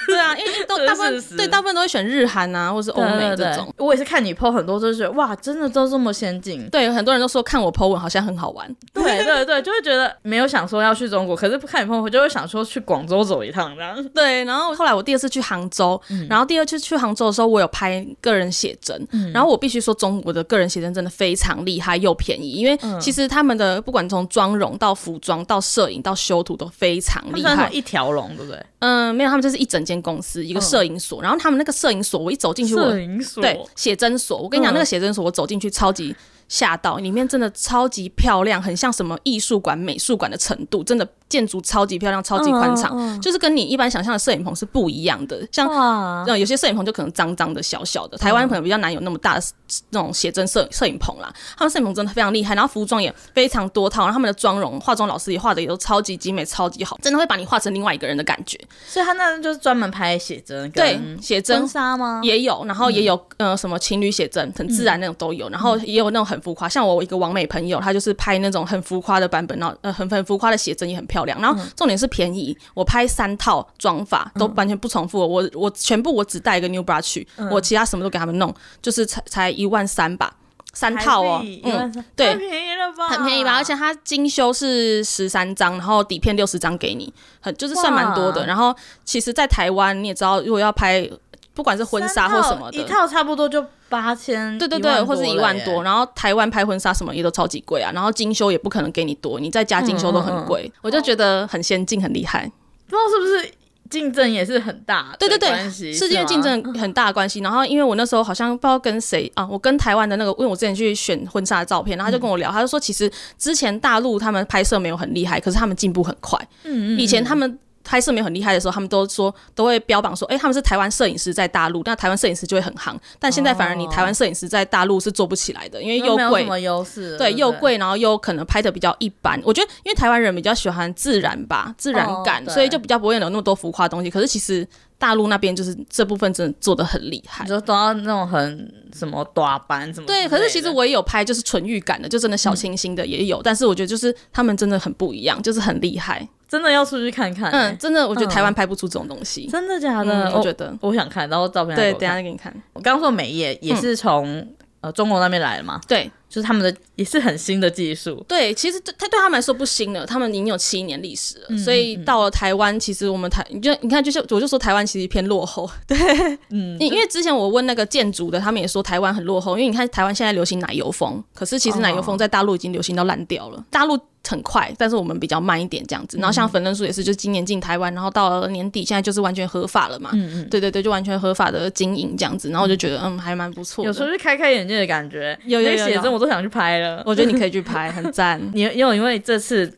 Speaker 2: 对啊，因为都大部
Speaker 1: 这
Speaker 2: 分
Speaker 1: 是事实
Speaker 2: 对大部分都会选日韩啊，或是欧美这种。。
Speaker 1: 我也是看你 PO 很多，就是觉得哇，真的都这么先进
Speaker 2: 对，很多人都说看我 Po 文好像很好玩，
Speaker 1: 对对对，就会觉得没有想说要去中国，可是不看你 PO，我就会想说去广州走一趟这样。
Speaker 2: 对，然后后来我第二次去杭州，
Speaker 1: 嗯
Speaker 2: 然后第二次去杭州的时候，我有拍个人写真，
Speaker 1: 嗯
Speaker 2: 然后我必须说中国的个人写真真的非常厉害又便宜，因为
Speaker 1: 嗯
Speaker 2: 其实他们的不管从妆容到服装到摄影到修图都非常
Speaker 1: 他们
Speaker 2: 厉
Speaker 1: 算什么
Speaker 2: 害。
Speaker 1: 一条龙，对不对？
Speaker 2: 嗯，没有，他们就是一整间公司
Speaker 1: 嗯
Speaker 2: 一个摄影所，然后他们那个摄影所，我一走进去我。
Speaker 1: 影所
Speaker 2: 对，写真所，我跟你讲，
Speaker 1: 嗯
Speaker 2: 那个写真所，我走进去超级吓到，里面真的超级漂亮，很像什么艺术馆、美术馆的程度，真的建筑超级漂亮，超级宽敞，就是跟你一般想象的摄影棚是不一样的。像
Speaker 1: 哇，
Speaker 2: 呃，有些摄影棚就可能脏脏的、小小的，台湾可能比较难有那么大的那种写真摄摄影棚啦。他们摄影棚真的非常厉害，然后服装也非常多套，然后他们的妆容、化妆老师也画的也都超级精美、超级好，真的会把你画成另外一个人的感觉。
Speaker 1: 所以他那就是专门拍写真，
Speaker 2: 对，写真
Speaker 1: 婚纱吗？嗯
Speaker 2: 也有，然后也有、呃什么情侣写真，很自然那种都有，然后也有那种很浮夸，像我一个网美朋友，她就是拍那种很浮夸的版本，然后呃很很浮夸的写真也很漂亮，然后重点是便宜，我拍三套妆发都完全不重复，我我全部我只带一个 new bra 去，
Speaker 1: 嗯
Speaker 2: 我其他什么都给他们弄，就是才才一万三吧，三套哦，
Speaker 1: 台币一
Speaker 2: 嗯
Speaker 1: 万三，
Speaker 2: 对
Speaker 1: 太便宜了了吧？
Speaker 2: 很便宜吧？而且它精修是十三张，然后底片六十张给你，很就是算蛮多的。
Speaker 1: 哇
Speaker 2: 然后其实，在台湾你也知道，如果要拍不管是婚纱或什么
Speaker 1: 三套一
Speaker 2: 的，
Speaker 1: 套差不多就八千，
Speaker 2: 对对对，或是一万多。
Speaker 1: 然后
Speaker 2: 然后台湾拍婚纱什么也都超级贵啊，然后精修也不可能给你多，你再加精修都
Speaker 1: 嗯
Speaker 2: 很贵。我就觉得很先进，很厉害。
Speaker 1: 不知道是不是竞争也是很大的
Speaker 2: 对对
Speaker 1: 关
Speaker 2: 对，
Speaker 1: 系
Speaker 2: 是因为竞。
Speaker 1: 吗
Speaker 2: 争很大的关系。然后因为我那时候好像不知道跟谁啊，我跟台湾的那个，因为我之前去选婚纱的照片，然后他就跟我聊，
Speaker 1: 嗯
Speaker 2: 他就说其实之前大陆他们拍摄没有很厉害，可是他们进步很快。
Speaker 1: 嗯嗯
Speaker 2: 以前他们。拍摄没有很厉害的时候，他们都说都会标榜说，哎、他们是台湾摄影师在大陆，那台湾摄影师就会很行。但现在反而你
Speaker 1: 哦
Speaker 2: 台湾摄影师在大陆是做不起来的，因为
Speaker 1: 因为
Speaker 2: 又
Speaker 1: 没有
Speaker 2: 贵
Speaker 1: 什，么优势，
Speaker 2: 对，
Speaker 1: 不
Speaker 2: 又贵，然后又可能拍的比较一般。我觉得，因为台湾人比较喜欢自然吧，自然感，
Speaker 1: 哦对
Speaker 2: 所以就比较不会有那么多浮夸的东西。可是其实大陆那边就是这部分真的做的很厉害
Speaker 1: 你。说都要那种很什么短板什么之类
Speaker 2: 嗯
Speaker 1: 的。
Speaker 2: 对，可是其实我也有拍，就是纯欲感的，就真的小清新的也有，但是我觉得就是他们真的很不一样，就是很厉害。
Speaker 1: 真的要出去看看、
Speaker 2: 嗯，
Speaker 1: 欸，
Speaker 2: 真的，我觉得
Speaker 1: 嗯
Speaker 2: 台湾拍不出这种东西。
Speaker 1: 真的假的？
Speaker 2: 嗯，我觉得，
Speaker 1: 我我想看，然后照片
Speaker 2: 对，
Speaker 1: 来给我
Speaker 2: 等一下嗯
Speaker 1: 看
Speaker 2: 再给你看。
Speaker 1: 我刚刚说美业也是从、呃中国那边来的嘛，
Speaker 2: 对
Speaker 1: 就是他们的也是很新的技术，
Speaker 2: 对，其实对他对他们来说不新了，他们已经有七年历史了，
Speaker 1: 嗯
Speaker 2: 所以到了台湾，其实我们台，你就你看，就是我就说台湾其实偏落后，
Speaker 1: 嗯，
Speaker 2: 因因为之前我问那个建筑的，他们也说台湾很落后，因为你看台湾现在流行奶油风，可是其实
Speaker 1: 哦
Speaker 2: 奶油风在大陆已经流行到烂掉了，大陆很快，但是我们比较慢一点这样子。然后
Speaker 1: 嗯
Speaker 2: 像粉嫩素也是，就今年进台湾，然后到了年底，现在就是完全合法了嘛。
Speaker 1: 嗯嗯，
Speaker 2: 对对对，就完全合法的经营这样子，然后我就觉得嗯还蛮不错
Speaker 1: 有时候
Speaker 2: 的。
Speaker 1: 就开开眼界的感觉，
Speaker 2: 有有
Speaker 1: 那
Speaker 2: 有
Speaker 1: 个写
Speaker 2: 有
Speaker 1: 真我都想去拍了。
Speaker 2: 我觉得你可以去拍，很赞。
Speaker 1: 你你有因为这次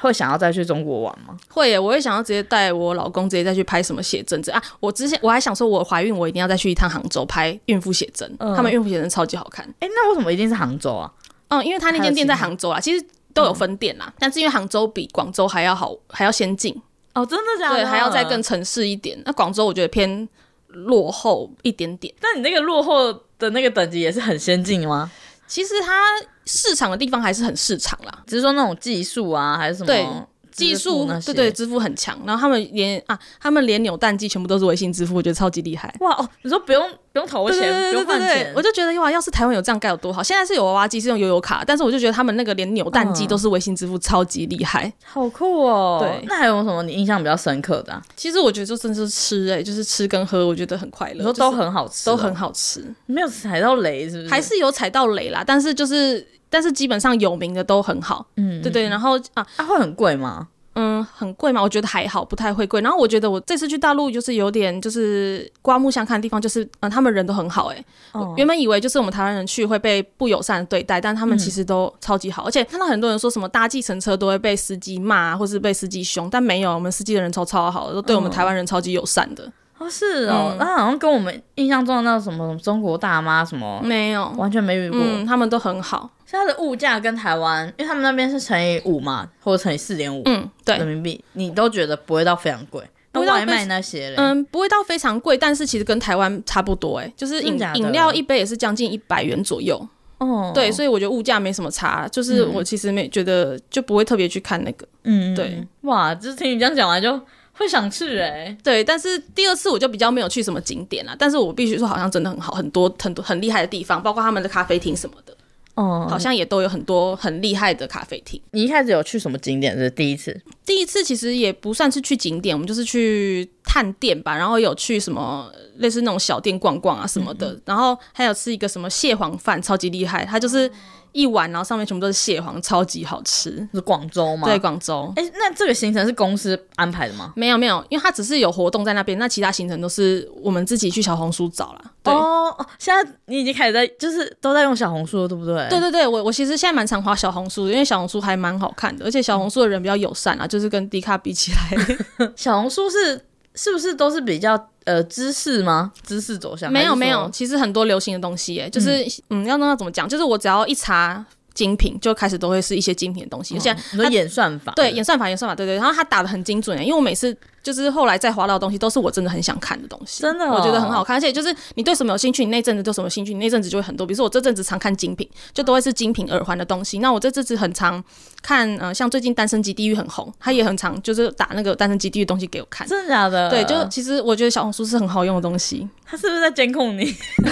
Speaker 1: 会想要再去中国玩吗？
Speaker 2: 会耶，我会想要直接带我老公直接再去拍什么写真这啊！我之前我还想说，我怀孕我一定要再去一趟杭州拍孕妇写真，
Speaker 1: 嗯
Speaker 2: 他们孕妇写真超级好看。
Speaker 1: 哎、那为什么一定是杭州啊？
Speaker 2: 嗯，因为他那间店在
Speaker 1: 还有其他嗯
Speaker 2: 杭州啦，其实都有分店啦，但是因为杭州比广州还要好，还要先进，
Speaker 1: 哦，真的假的？
Speaker 2: 对，还要再更。城市一点。那广州我觉得偏落后一点点。
Speaker 1: 那你那个落后的那个等级也是很先进吗？
Speaker 2: 其实它市场的地方还是很市场啦，
Speaker 1: 只是说那种技术啊，还是什么
Speaker 2: 对技
Speaker 1: 支
Speaker 2: 术
Speaker 1: 付那些
Speaker 2: 对对，支付很强。然后他们连啊，他们连扭蛋机全部都是微信支付，我觉得超级厉害。
Speaker 1: 哇哦，你说不用不用投
Speaker 2: 对
Speaker 1: 钱，
Speaker 2: 对
Speaker 1: 不
Speaker 2: 对
Speaker 1: 用
Speaker 2: 对
Speaker 1: 换
Speaker 2: 对
Speaker 1: 钱，
Speaker 2: 我就觉得哇，要是台湾有这样该有多好！现在是有娃娃机，是用悠游卡，但是我就觉得他们那个连扭蛋机
Speaker 1: 嗯
Speaker 2: 都是微信支付，超级厉害。
Speaker 1: 好酷哦。
Speaker 2: 对
Speaker 1: 那还有什么你印象比较深刻的、啊？
Speaker 2: 其实我觉得就真的是吃哎、就是吃跟喝，我觉得很快乐。
Speaker 1: 你说
Speaker 2: 就是
Speaker 1: 都很好吃、哦
Speaker 2: 都很，好吃，
Speaker 1: 没有踩到雷是不是？
Speaker 2: 还是有踩到雷啦，但是就是但是基本上有名的都很好，
Speaker 1: 嗯，
Speaker 2: 对对。然后啊，
Speaker 1: 啊，会很贵吗？
Speaker 2: 嗯，很贵嘛，我觉得还好，不太会贵。然后我觉得我这次去大陆就是有点就是刮目相看的地方，就是嗯，他们人都很好哎、
Speaker 1: 哦，
Speaker 2: 原本以为就是我们台湾人去会被不友善对待，但他们
Speaker 1: 嗯
Speaker 2: 其实都超级好，而且看到很多人说什么搭计程车都会被司机骂，或是被司机凶，但没有，我们司机的人超超好的，都对我们
Speaker 1: 嗯
Speaker 2: 台湾人超级友善的，
Speaker 1: 哦是哦
Speaker 2: 嗯，
Speaker 1: 那、好像跟我们印象中的那什么中国大妈什么，
Speaker 2: 没有，
Speaker 1: 完哦全没遇过。
Speaker 2: 嗯，他们都很好，
Speaker 1: 现在的物价跟台湾，因为他们那边是乘以五嘛，或者乘以四点五
Speaker 2: 嗯，对
Speaker 1: 人，民币，你都觉得不会到非常贵。那
Speaker 2: 不会到
Speaker 1: 外卖那些嘞，
Speaker 2: 嗯，不会到非常贵，但是其实跟台湾差不多、欸，就是
Speaker 1: 真
Speaker 2: 饮
Speaker 1: 的假的
Speaker 2: 饮料一杯也是将近一百元左右，
Speaker 1: 哦
Speaker 2: 对，所以我觉得物价没什么差，就是
Speaker 1: 嗯
Speaker 2: 我其实没觉得就不会特别去看那个，
Speaker 1: 嗯，
Speaker 2: 对，
Speaker 1: 哇，就是听你这样讲完就会想去哎、
Speaker 2: 对，但是第二次我就比较没有去什么景点啦，但是我必须说好像真的很好，很多很多很厉害的地方，包括他们的咖啡厅什么的，
Speaker 1: 哦
Speaker 2: 好像也都有很多很厉害的咖啡厅。
Speaker 1: 你一开始有去什么景点是第一次？
Speaker 2: 第一次其实也不算是去景点，我们就是去探店吧，然后有去什么类似那种小店逛逛啊什么的，然后还有吃一个什么蟹黄饭，超级厉害，它就是一碗，然后上面全部都是蟹黄，超级好吃。
Speaker 1: 是广州吗？
Speaker 2: 对，，广州。
Speaker 1: 哎、那这个行程是公司安排的吗？
Speaker 2: 没有没有，因为它只是有活动在那边，那其他行程都是我们自己去小红书找啦。对，
Speaker 1: 哦，哦现在你已经开始在，就是都在用小红书了，对不对？
Speaker 2: 对对对，我我其实现在蛮常滑小红书的，因为小红书还蛮好看的，而且小红书的人比较友善啊，就是跟迪卡比起 来，
Speaker 1: 小红书是是不是都是比较呃知识吗？知识走向
Speaker 2: 没
Speaker 1: 还
Speaker 2: 有
Speaker 1: 是说哦
Speaker 2: 没有，其实很多流行的东西耶，就是嗯要那要怎么讲，就是我只要一查精品，就开始都会是一些精品的东西，而且
Speaker 1: 你说演算法
Speaker 2: 对演算法演算法，对对，然后他打的很精准耶，因为我每次就是后来再滑到的东西，都是我真的很想看的东西。
Speaker 1: 真的哦
Speaker 2: 我觉得很好看，而且就是你对什么有兴趣，你那阵子对什么有兴趣，你那阵子就会很多。比如说我这阵子常看精品，就都会是精品耳环的东西。那我这阵子很常看，呃，像最近《单身级地狱》很红，他也很常就是打那个《单身级地狱》东西给我看。
Speaker 1: 真的假的？
Speaker 2: 对，就其实我觉得小红书是很好用的东西，
Speaker 1: 他是不是在监控你？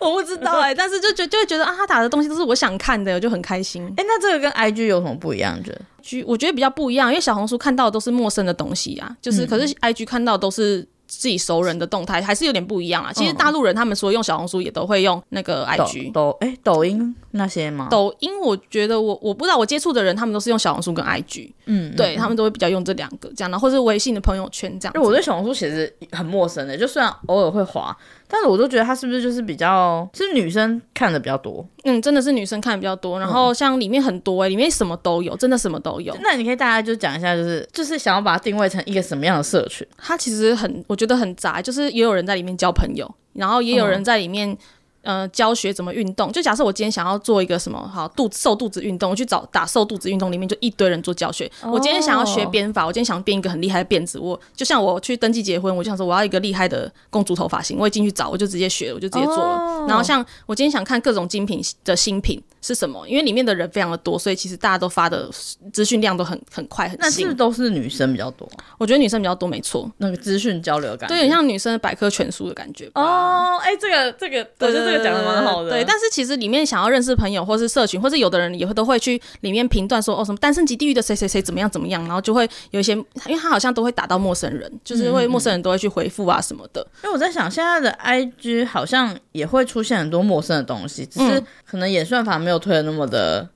Speaker 2: 我不知道哎、但是就觉就会觉得啊，他打的东西都是我想看的，我就很开心。
Speaker 1: 哎、那这个跟 IG 有什么不一样？你觉得？
Speaker 2: G 我觉得比较不一样，因为小红书看到的都是陌生的东西啊，
Speaker 1: 嗯
Speaker 2: 就是、可是 IG 看到都是自己熟人的动态，还是有点不一样啊。其实大陆人他们说用小红书也都会用那个 IG。
Speaker 1: 嗯抖抖哎、抖音那些吗？
Speaker 2: 抖音，我觉得我我不知道，我接触的人他们都是用小红书跟 IG，
Speaker 1: 嗯，
Speaker 2: 对他们都会比较用这两个这样，然后或是微信的朋友圈这样
Speaker 1: 因为我
Speaker 2: 子。
Speaker 1: 对小红书其实很陌生欸的、就虽然偶尔会滑，但是我都觉得它是不是就是比较，是女生看的比较多。
Speaker 2: 嗯，真的是女生看比较多，然
Speaker 1: 嗯
Speaker 2: 后像里面很多哎、里面什么都有，真的什么都有。
Speaker 1: 那你可以大家就讲一下，就是就是想要把它定位成一个什么样的社群？
Speaker 2: 它其实很，我觉得很杂，就是也有人在里面交朋友，然后也有
Speaker 1: 嗯
Speaker 2: 人在里面、呃教学怎么运动。就假设我今天想要做一个什么好肚瘦肚子运动，我去找打瘦肚子运动，里面就一堆人做教学。我今天想要
Speaker 1: 哦
Speaker 2: 学编法，我今天想编一个很厉害的辫子，我就像我去登记结婚，我就想说我要一个厉害的公主头发型，我也进去找，我就直接学了，我就直接做了。
Speaker 1: 哦
Speaker 2: 然后像我今天想看各种精品的新品是什么，因为里面的人非常的多，所以其实大家都发的资讯量都很很快很
Speaker 1: 那是
Speaker 2: 新
Speaker 1: 不是。都是女生比较多，
Speaker 2: 我觉得女生比较多，没错。
Speaker 1: 那个资讯交流的感觉。
Speaker 2: 对，有点像女生的百科全书的感觉吧。
Speaker 1: 哦，哎、这个这个，我觉得这个讲的蛮好的。
Speaker 2: 对，但是其实里面想要认识朋友，或是社群，或是有的人也会都会去里面评断说，哦，什么单身级地狱的谁谁谁怎么样怎么样，然后就会有一些，因为他好像都会打到陌生人，就是
Speaker 1: 嗯
Speaker 2: 会陌生人都会去回复啊什么的。
Speaker 1: 因为我在想，现在的 IG 好像也会出现很多陌生的东西，只是
Speaker 2: 嗯
Speaker 1: 可能演算法没有推的那么的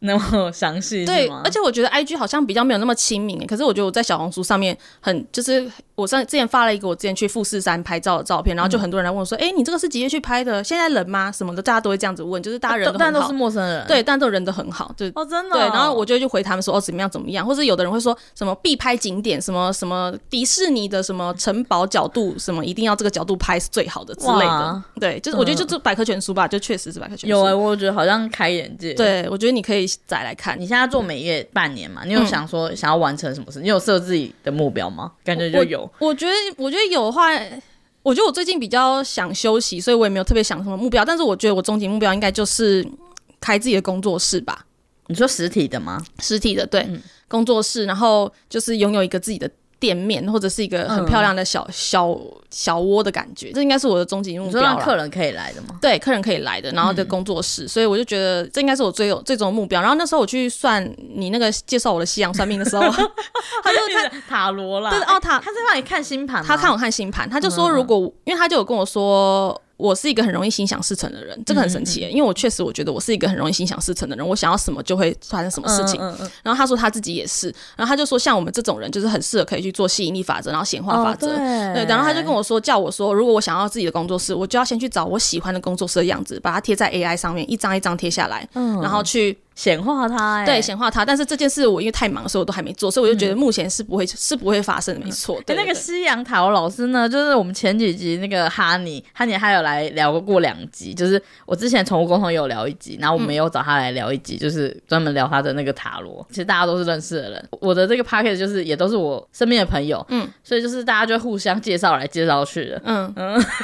Speaker 1: 那么详细，
Speaker 2: 对
Speaker 1: 是，吗
Speaker 2: 而且我觉得 I G 好像比较没有那么亲民，欸可是我觉得我在小红书上面很，就是我上之前发了一个我之前去富士山拍照的照片，然后
Speaker 1: 嗯
Speaker 2: 就很多人来问我说，哎、你这个是几月去拍的？现在冷吗？什么的，大家都会这样子问，就是大家人都
Speaker 1: 啊但
Speaker 2: 很
Speaker 1: 都
Speaker 2: 好
Speaker 1: 是，陌生人。
Speaker 2: 对，但都人都很好，就
Speaker 1: 哦，真的哦、
Speaker 2: 对，然后我就会去回他们说哦怎么样怎么样，或者有的人会说什么必拍景点，什么什么迪士尼的什么城堡角度，什么一定要这个角度拍是最好的之类的
Speaker 1: 哇。
Speaker 2: 对，就是我觉得
Speaker 1: 嗯
Speaker 2: 就这百科全书吧，就确实是百科全书。
Speaker 1: 有哎、我觉得好像开眼界。，
Speaker 2: 对我觉得你可以再来看。
Speaker 1: 你现在做美业半年嘛，你有想说想要完成什么事？你有设自己的目标吗？感觉就有。
Speaker 2: 我觉得我觉得有的话。我觉得我最近比较想休息，所以我也没有特别想什么目标，但是我觉得我终极目标应该就是开自己的工作室吧。
Speaker 1: 你说实体的吗？
Speaker 2: 实体的对、
Speaker 1: 嗯
Speaker 2: 工作室，然后就是拥有一个自己的店面，或者是
Speaker 1: 嗯
Speaker 2: 一个很漂亮的小、小小窝的感觉，这应该是我的终极目
Speaker 1: 你
Speaker 2: 标
Speaker 1: 说让
Speaker 2: 啦
Speaker 1: 客人可嗯以来的吗？
Speaker 2: 对客人可以来的，然后的工作室，所以我就觉得这应该是我最有最终的目标。然后那时候我去算你那个介绍我的西洋算命的 时候，
Speaker 1: 他就看 塔罗啦，
Speaker 2: 对哦塔
Speaker 1: 他是嗯让你看星盘吗？
Speaker 2: 他看我看星盘，他就说如果、因为他就有跟我说。我是一个很容易心想事成的人，这个很神
Speaker 1: 嗯
Speaker 2: 奇耶、因为我确实我觉得我是一个很容易心想事成的人，我想要什么就会发生什么事情。
Speaker 1: 嗯嗯嗯
Speaker 2: 然后他说他自己也是，然后他就说像我们这种人就是很适合可以去做吸引力法则，然后显化
Speaker 1: 哦
Speaker 2: 法则。
Speaker 1: 对
Speaker 2: 对，然后他就跟我说，叫我说，如果我想要自己的工作室，我就要先去找我喜欢的工作室的样子，把它贴在 AI 上面，一张一张贴下来，
Speaker 1: 嗯
Speaker 2: 然后去
Speaker 1: 显化他、欸，
Speaker 2: 对显化它。但是这件事我因为太忙，所以我都还没做，所以我就觉得目前是不会、是不会发生的，没 错。对
Speaker 1: 欸那个
Speaker 2: 对
Speaker 1: 西洋塔罗老师呢，就是我们前几集那个哈尼，哈尼还有来聊过两集，就是我之前宠物沟通有聊一集，然后我们也有找他来聊一集，就是专门聊他的那个塔罗。其实大家都是认识的人，我的这个 p a c k a g e 就是也都是我身边的朋友，
Speaker 2: 嗯
Speaker 1: 嗯，所以就是大家就互相介绍来介绍去的。
Speaker 2: 嗯，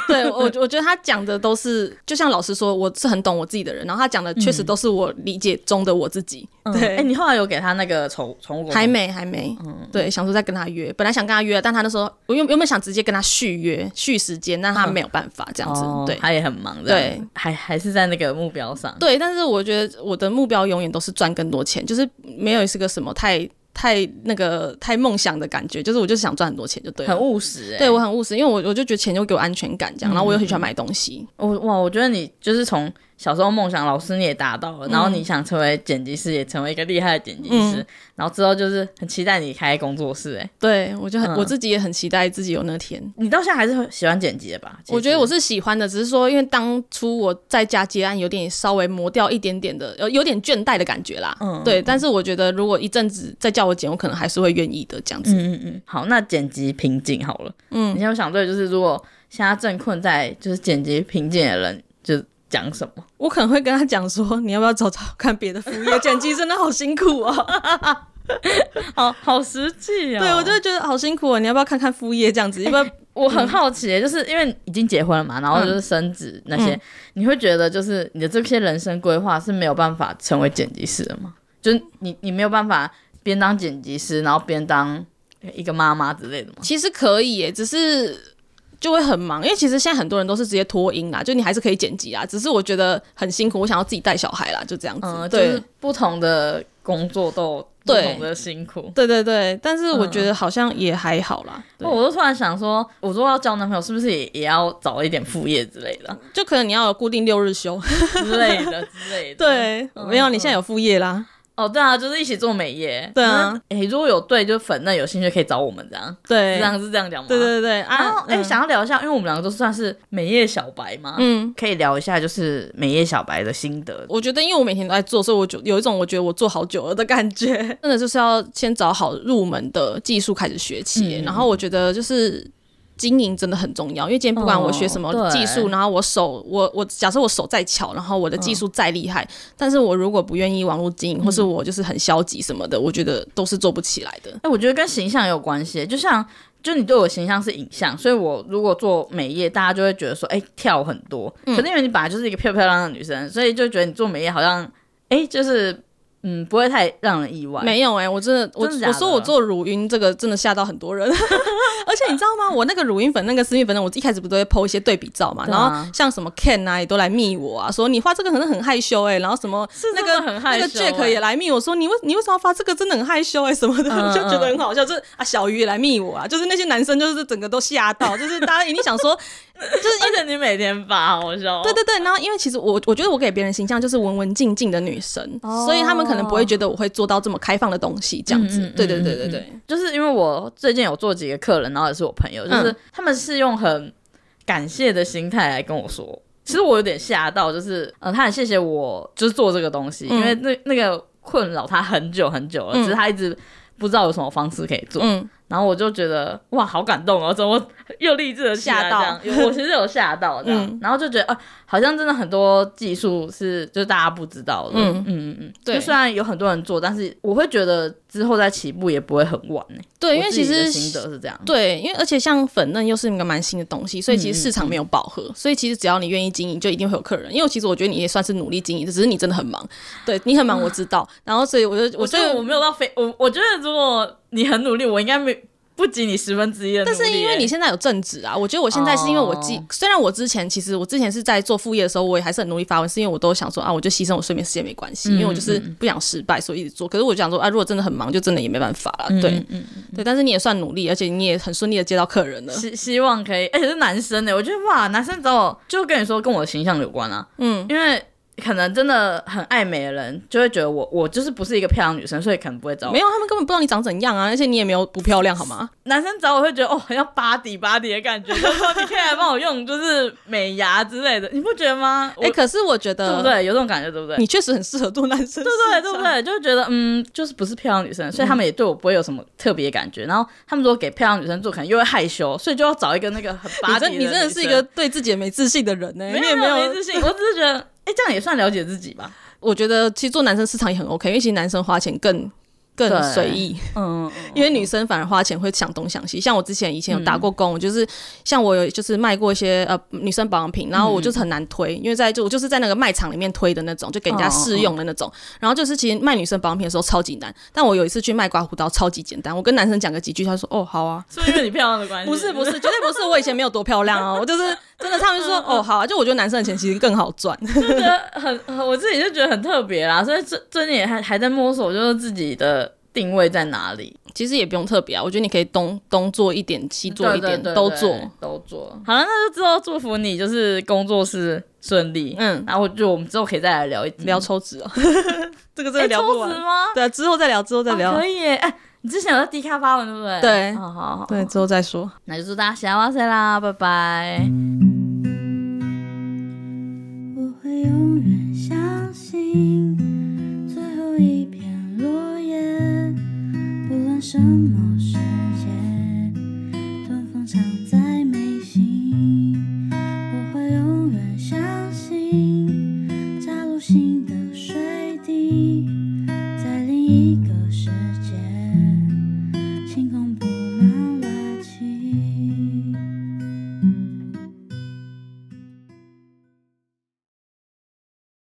Speaker 2: 对我我觉得他讲的都是，就像老师说，我是很懂我自己的人，然后他讲的确实都是我理解中的我自己。
Speaker 1: 嗯哎、
Speaker 2: 对，
Speaker 1: 你后来有给他那个宠宠物沟通
Speaker 2: 嗯还没，还没。
Speaker 1: 嗯
Speaker 2: 对，想说再跟他约，本来想跟他约，但他那时候我原原本想直接跟他续约续时间，但他没有办法这样子。
Speaker 1: 哦
Speaker 2: 对
Speaker 1: 他也很忙的，
Speaker 2: 对，
Speaker 1: 还还是在那个目标上。
Speaker 2: 对，但是我觉得我的目标永远都是赚更多钱，就是没有是个什么太太那个太梦想的感觉，就是我就是想赚很多钱就对了。
Speaker 1: 很务实、嗯欸，
Speaker 2: 对我很务实，因为我我就觉得钱就给我安全感这样，然后我又很喜欢买东西。
Speaker 1: 我哇，我觉得你就是从小时候梦想，老师你也达到了，然后
Speaker 2: 嗯
Speaker 1: 你想成为剪辑师，也成为一个厉害的剪辑师，然后之后就是很期待你开工作室、欸。哎，
Speaker 2: 对我就很、
Speaker 1: 嗯
Speaker 2: 我自己也很期待自己有那天。
Speaker 1: 你到现在还是喜欢剪辑的吧？
Speaker 2: 我觉得我
Speaker 1: 是
Speaker 2: 是喜欢的，只是说，因为当初我在家接案，有点稍微磨掉一点点的，有有点倦怠的感觉啦。
Speaker 1: 嗯
Speaker 2: 对。但是我觉得，如果一阵子再叫我剪，我可能还是会愿意的这样子。
Speaker 1: 嗯嗯嗯。好，那剪辑瓶颈好了。嗯，你有想对就是如果现在正困在就是剪辑瓶颈的人，就是讲什么？
Speaker 2: 我可能会跟他讲说，你要不要找找看别的副业？剪辑真的好辛苦哦。
Speaker 1: 好好实际哦。
Speaker 2: 对，啊我就会觉得好辛苦哦。你要不要看看副业这样 子？要不要？
Speaker 1: 我很好奇耶，就是因为已经结婚了嘛，然后就是升职那些，
Speaker 2: 嗯
Speaker 1: 你会觉得就是你的这些人生规划是没有办法成为剪辑师的吗？就是你你没有办法边当剪辑师，然后边当一个妈妈之类的吗？
Speaker 2: 其实可以耶，只是就会很忙，因为其实现在很多人都是直接脱音啦，就你还是可以剪辑啊，只是我觉得很辛苦，我想要自己带小孩啦，就这样子。
Speaker 1: 嗯，就
Speaker 2: 对、
Speaker 1: 是不同的工作都有不
Speaker 2: 对
Speaker 1: 同的辛苦。
Speaker 2: 对对对，但是我觉得
Speaker 1: 嗯
Speaker 2: 好像也还好啦。对
Speaker 1: 哦我都突然想说，我如果要交男朋友，是不是也也要找一点副业之类 的、
Speaker 2: 就可能你要有固定六 日休。
Speaker 1: 之类的、之类的？，
Speaker 2: 对， 没有，你现在有副业啦。
Speaker 1: 哦，对啊，就是一起做美业。
Speaker 2: 对啊
Speaker 1: 那，诶，如果有对就是粉嫩有兴趣，可以找我们这样。
Speaker 2: 对
Speaker 1: 是这，样是这样讲吗？
Speaker 2: 对对对
Speaker 1: 然
Speaker 2: 啊
Speaker 1: 后，哎、想要聊一下，因为我们两个都算是美业小白嘛，
Speaker 2: 嗯。
Speaker 1: 可以聊一下就是美业小白的心得。
Speaker 2: 我觉得，因为我每天都在做，所以我就有一种我觉得我做好久了的 感觉。真的就是要先找好入门的技术开始学起，
Speaker 1: 嗯
Speaker 2: 然后我觉得就是。经营真的很重要，因为今天不管我学什么
Speaker 1: 哦对
Speaker 2: 技术，然后我手我我假设我手再巧，然后我的技术再厉害，但是我如果不愿意网络经营，或
Speaker 1: 嗯
Speaker 2: 是我就是很消极什么的，我觉得都是做不起来的。
Speaker 1: 哎、我觉得跟形象有关系，就像就你对我形象是影像，所以我如果做美业，大家就会觉得说，哎、跳很多。可是因为你本来就是一个漂漂亮亮的女生，所以就觉得你做美业好像，哎、就是嗯，不会太让人意外。
Speaker 2: 没有哎、我真的我
Speaker 1: 真的假的
Speaker 2: 我说我做乳晕这个真的吓到 很多人，而且你知道吗？我那个乳晕粉、那个私密粉呢，我一开始不都会 PO 一些对比照嘛，
Speaker 1: 对
Speaker 2: 然
Speaker 1: 啊
Speaker 2: 后像什么 Ken 啊也都来密我啊，说你画这个可能很害羞哎、然后什么那
Speaker 1: 真的
Speaker 2: 个
Speaker 1: 很害羞
Speaker 2: 那个
Speaker 1: 欸
Speaker 2: Jack 也来密我说你为你为什么要发这个真的很害羞哎、什么的，
Speaker 1: 嗯
Speaker 2: 就觉得很好笑，就是啊小鱼也来密我啊，就是那些男生就是整个都吓到，就是大家一定想 说
Speaker 1: 哦就是因为你每天发，好笑。哦
Speaker 2: 对对对，然后因为其实我我觉得我给别人形象就是文文静静的女生，
Speaker 1: 哦
Speaker 2: 所以他们可能不会觉得我会做到这么开放的东西这样子。
Speaker 1: 嗯嗯嗯
Speaker 2: 对对对
Speaker 1: 嗯
Speaker 2: 对
Speaker 1: 嗯
Speaker 2: 对。
Speaker 1: 就是因为我最近有做几个客人，然后也是我朋友，就是
Speaker 2: 嗯
Speaker 1: 他们是用很感谢的心态来跟我说。其实我有点吓到，就是呃，他很谢谢我，就是做这个东西，
Speaker 2: 嗯
Speaker 1: 因为那那个困扰他很久很久了，
Speaker 2: 嗯
Speaker 1: 只是他一直不知道有什么方式可以做。
Speaker 2: 嗯，
Speaker 1: 然后我就觉得哇，好感动哦，怎么又励志的
Speaker 2: 吓到
Speaker 1: 我其实有吓到这样，
Speaker 2: 嗯
Speaker 1: 然后就觉得啊、好像真的很多技术是就大家不知道的。
Speaker 2: 嗯
Speaker 1: 嗯嗯嗯，
Speaker 2: 对
Speaker 1: 就虽然有很多人做，但是我会觉得之后再起步也不会很晚呢、
Speaker 2: 对，因为
Speaker 1: 我自己
Speaker 2: 其
Speaker 1: 的
Speaker 2: 实
Speaker 1: 心得是这样，
Speaker 2: 对，因为而且像粉嫩又是一个蛮新的东西，所以其
Speaker 1: 嗯
Speaker 2: 实
Speaker 1: 嗯
Speaker 2: 市场没有饱和，所以其实只要你愿意经营，就一定会有客人。因为其实我觉得你也算是努力经营的，只是你真的很忙，对你很忙，我知道。然后所以我就
Speaker 1: 我
Speaker 2: 我
Speaker 1: 觉
Speaker 2: 就
Speaker 1: 得我没有到非我，我觉得如果你很努力，我应该没不及你十分之一的努
Speaker 2: 但
Speaker 1: 力耶、欸
Speaker 2: 是因为你现在有正职啊，我觉得我现在是因为我既、
Speaker 1: 哦
Speaker 2: 虽然我之前其实我之前是在做副业的时候，我也还是很努力发文，是因为我都想说啊，我就牺牲我睡眠时间没关系，因为
Speaker 1: 嗯
Speaker 2: 我就是不想失败，所以一直做。可是我就想说啊，如果真的很忙，就真的也没办法了。对、
Speaker 1: 嗯嗯
Speaker 2: 对，但是你也算努力，而且你也很顺利的接到客人 了。
Speaker 1: 希希望可以，而且是男生呢、欸我觉得哇，男生找我就跟你说跟我的形象有关啊，
Speaker 2: 嗯，
Speaker 1: 因为可能真的很爱美的人就会觉得我我就是不是一个漂亮女生，所以可能不会找我
Speaker 2: 没。有，他们根本不知道你长怎样啊，而且你也没有不漂亮，好吗？
Speaker 1: 男生找我会觉得哦，很像巴底巴底的感觉， 就是说你可以来帮我用就是美牙之类的，你不觉得吗？我
Speaker 2: 哎、可是我觉
Speaker 1: 对
Speaker 2: 得，
Speaker 1: 不对？有这种感觉对不对？
Speaker 2: 你确实很适合做男生，对
Speaker 1: 对 对不？对？就会觉得嗯，就是不是漂亮女生，
Speaker 2: 嗯
Speaker 1: 所以他们也对我不会有什么特别感觉。然后他们如果给漂亮女生做，可能又会害羞，所以就要找一个那个很
Speaker 2: 你
Speaker 1: 巴底
Speaker 2: 真
Speaker 1: 的
Speaker 2: 你真的
Speaker 1: 女
Speaker 2: 是
Speaker 1: 生
Speaker 2: 一个对自己也没自信的人呢、
Speaker 1: 没
Speaker 2: 你也
Speaker 1: 有没有没自信，我只是觉得哎、这样也算了解自己吧。
Speaker 2: 我觉得其实做男生市场也很 OK，因为其实男生花钱更更
Speaker 1: 对
Speaker 2: 随意，
Speaker 1: 嗯，
Speaker 2: 因为女生反而花钱会想东想西。像我之前以前
Speaker 1: 嗯
Speaker 2: 有打过工，我就是像我有就是卖过一些呃女生保养品，然后
Speaker 1: 嗯
Speaker 2: 我就是很难推，因为在就我就是在那个卖场里面推的那种，就给人
Speaker 1: 哦
Speaker 2: 家试用的那种。然后就是其实卖女生保养品的时候超级难，但我有一次去卖刮胡刀超级简单，我跟男生讲个几句，他说哦好啊，
Speaker 1: 是不是因为你漂亮的关系？
Speaker 2: 不是不是，绝对不是我以前没有多漂亮哦，我就是真的，他们
Speaker 1: 嗯
Speaker 2: 说哦好啊，就我觉得男生的钱其实更好赚，
Speaker 1: 就觉得很，很我自己就觉得很特别啦，所以最最近也还还在摸索，就是自己的定位在哪里，
Speaker 2: 其实也不用特别啊，我觉得你可以东东做一点，西做一点，
Speaker 1: 对对对
Speaker 2: 都
Speaker 1: 对
Speaker 2: 做。
Speaker 1: 都做。好了，那就之后祝福你，就是工作室顺利。
Speaker 2: 嗯，
Speaker 1: 然后我就我们之后可以再来聊一集
Speaker 2: 聊抽 脂哦，这个真
Speaker 1: 哎
Speaker 2: 的聊不
Speaker 1: 抽
Speaker 2: 完
Speaker 1: 脂。吗？
Speaker 2: 对啊，之后再聊，之后再
Speaker 1: 哦
Speaker 2: 聊。
Speaker 1: 可以耶。哎、你之前有在 D 咖发文对不对？
Speaker 2: 对
Speaker 1: 好好好，
Speaker 2: 对，之后再说。
Speaker 1: 那就祝大家幸哇塞啦，拜拜。
Speaker 4: 我会永远相信最后一片落叶，不论什么世界，东风常在眉心。我会永远相信扎入新的水滴，在另一个世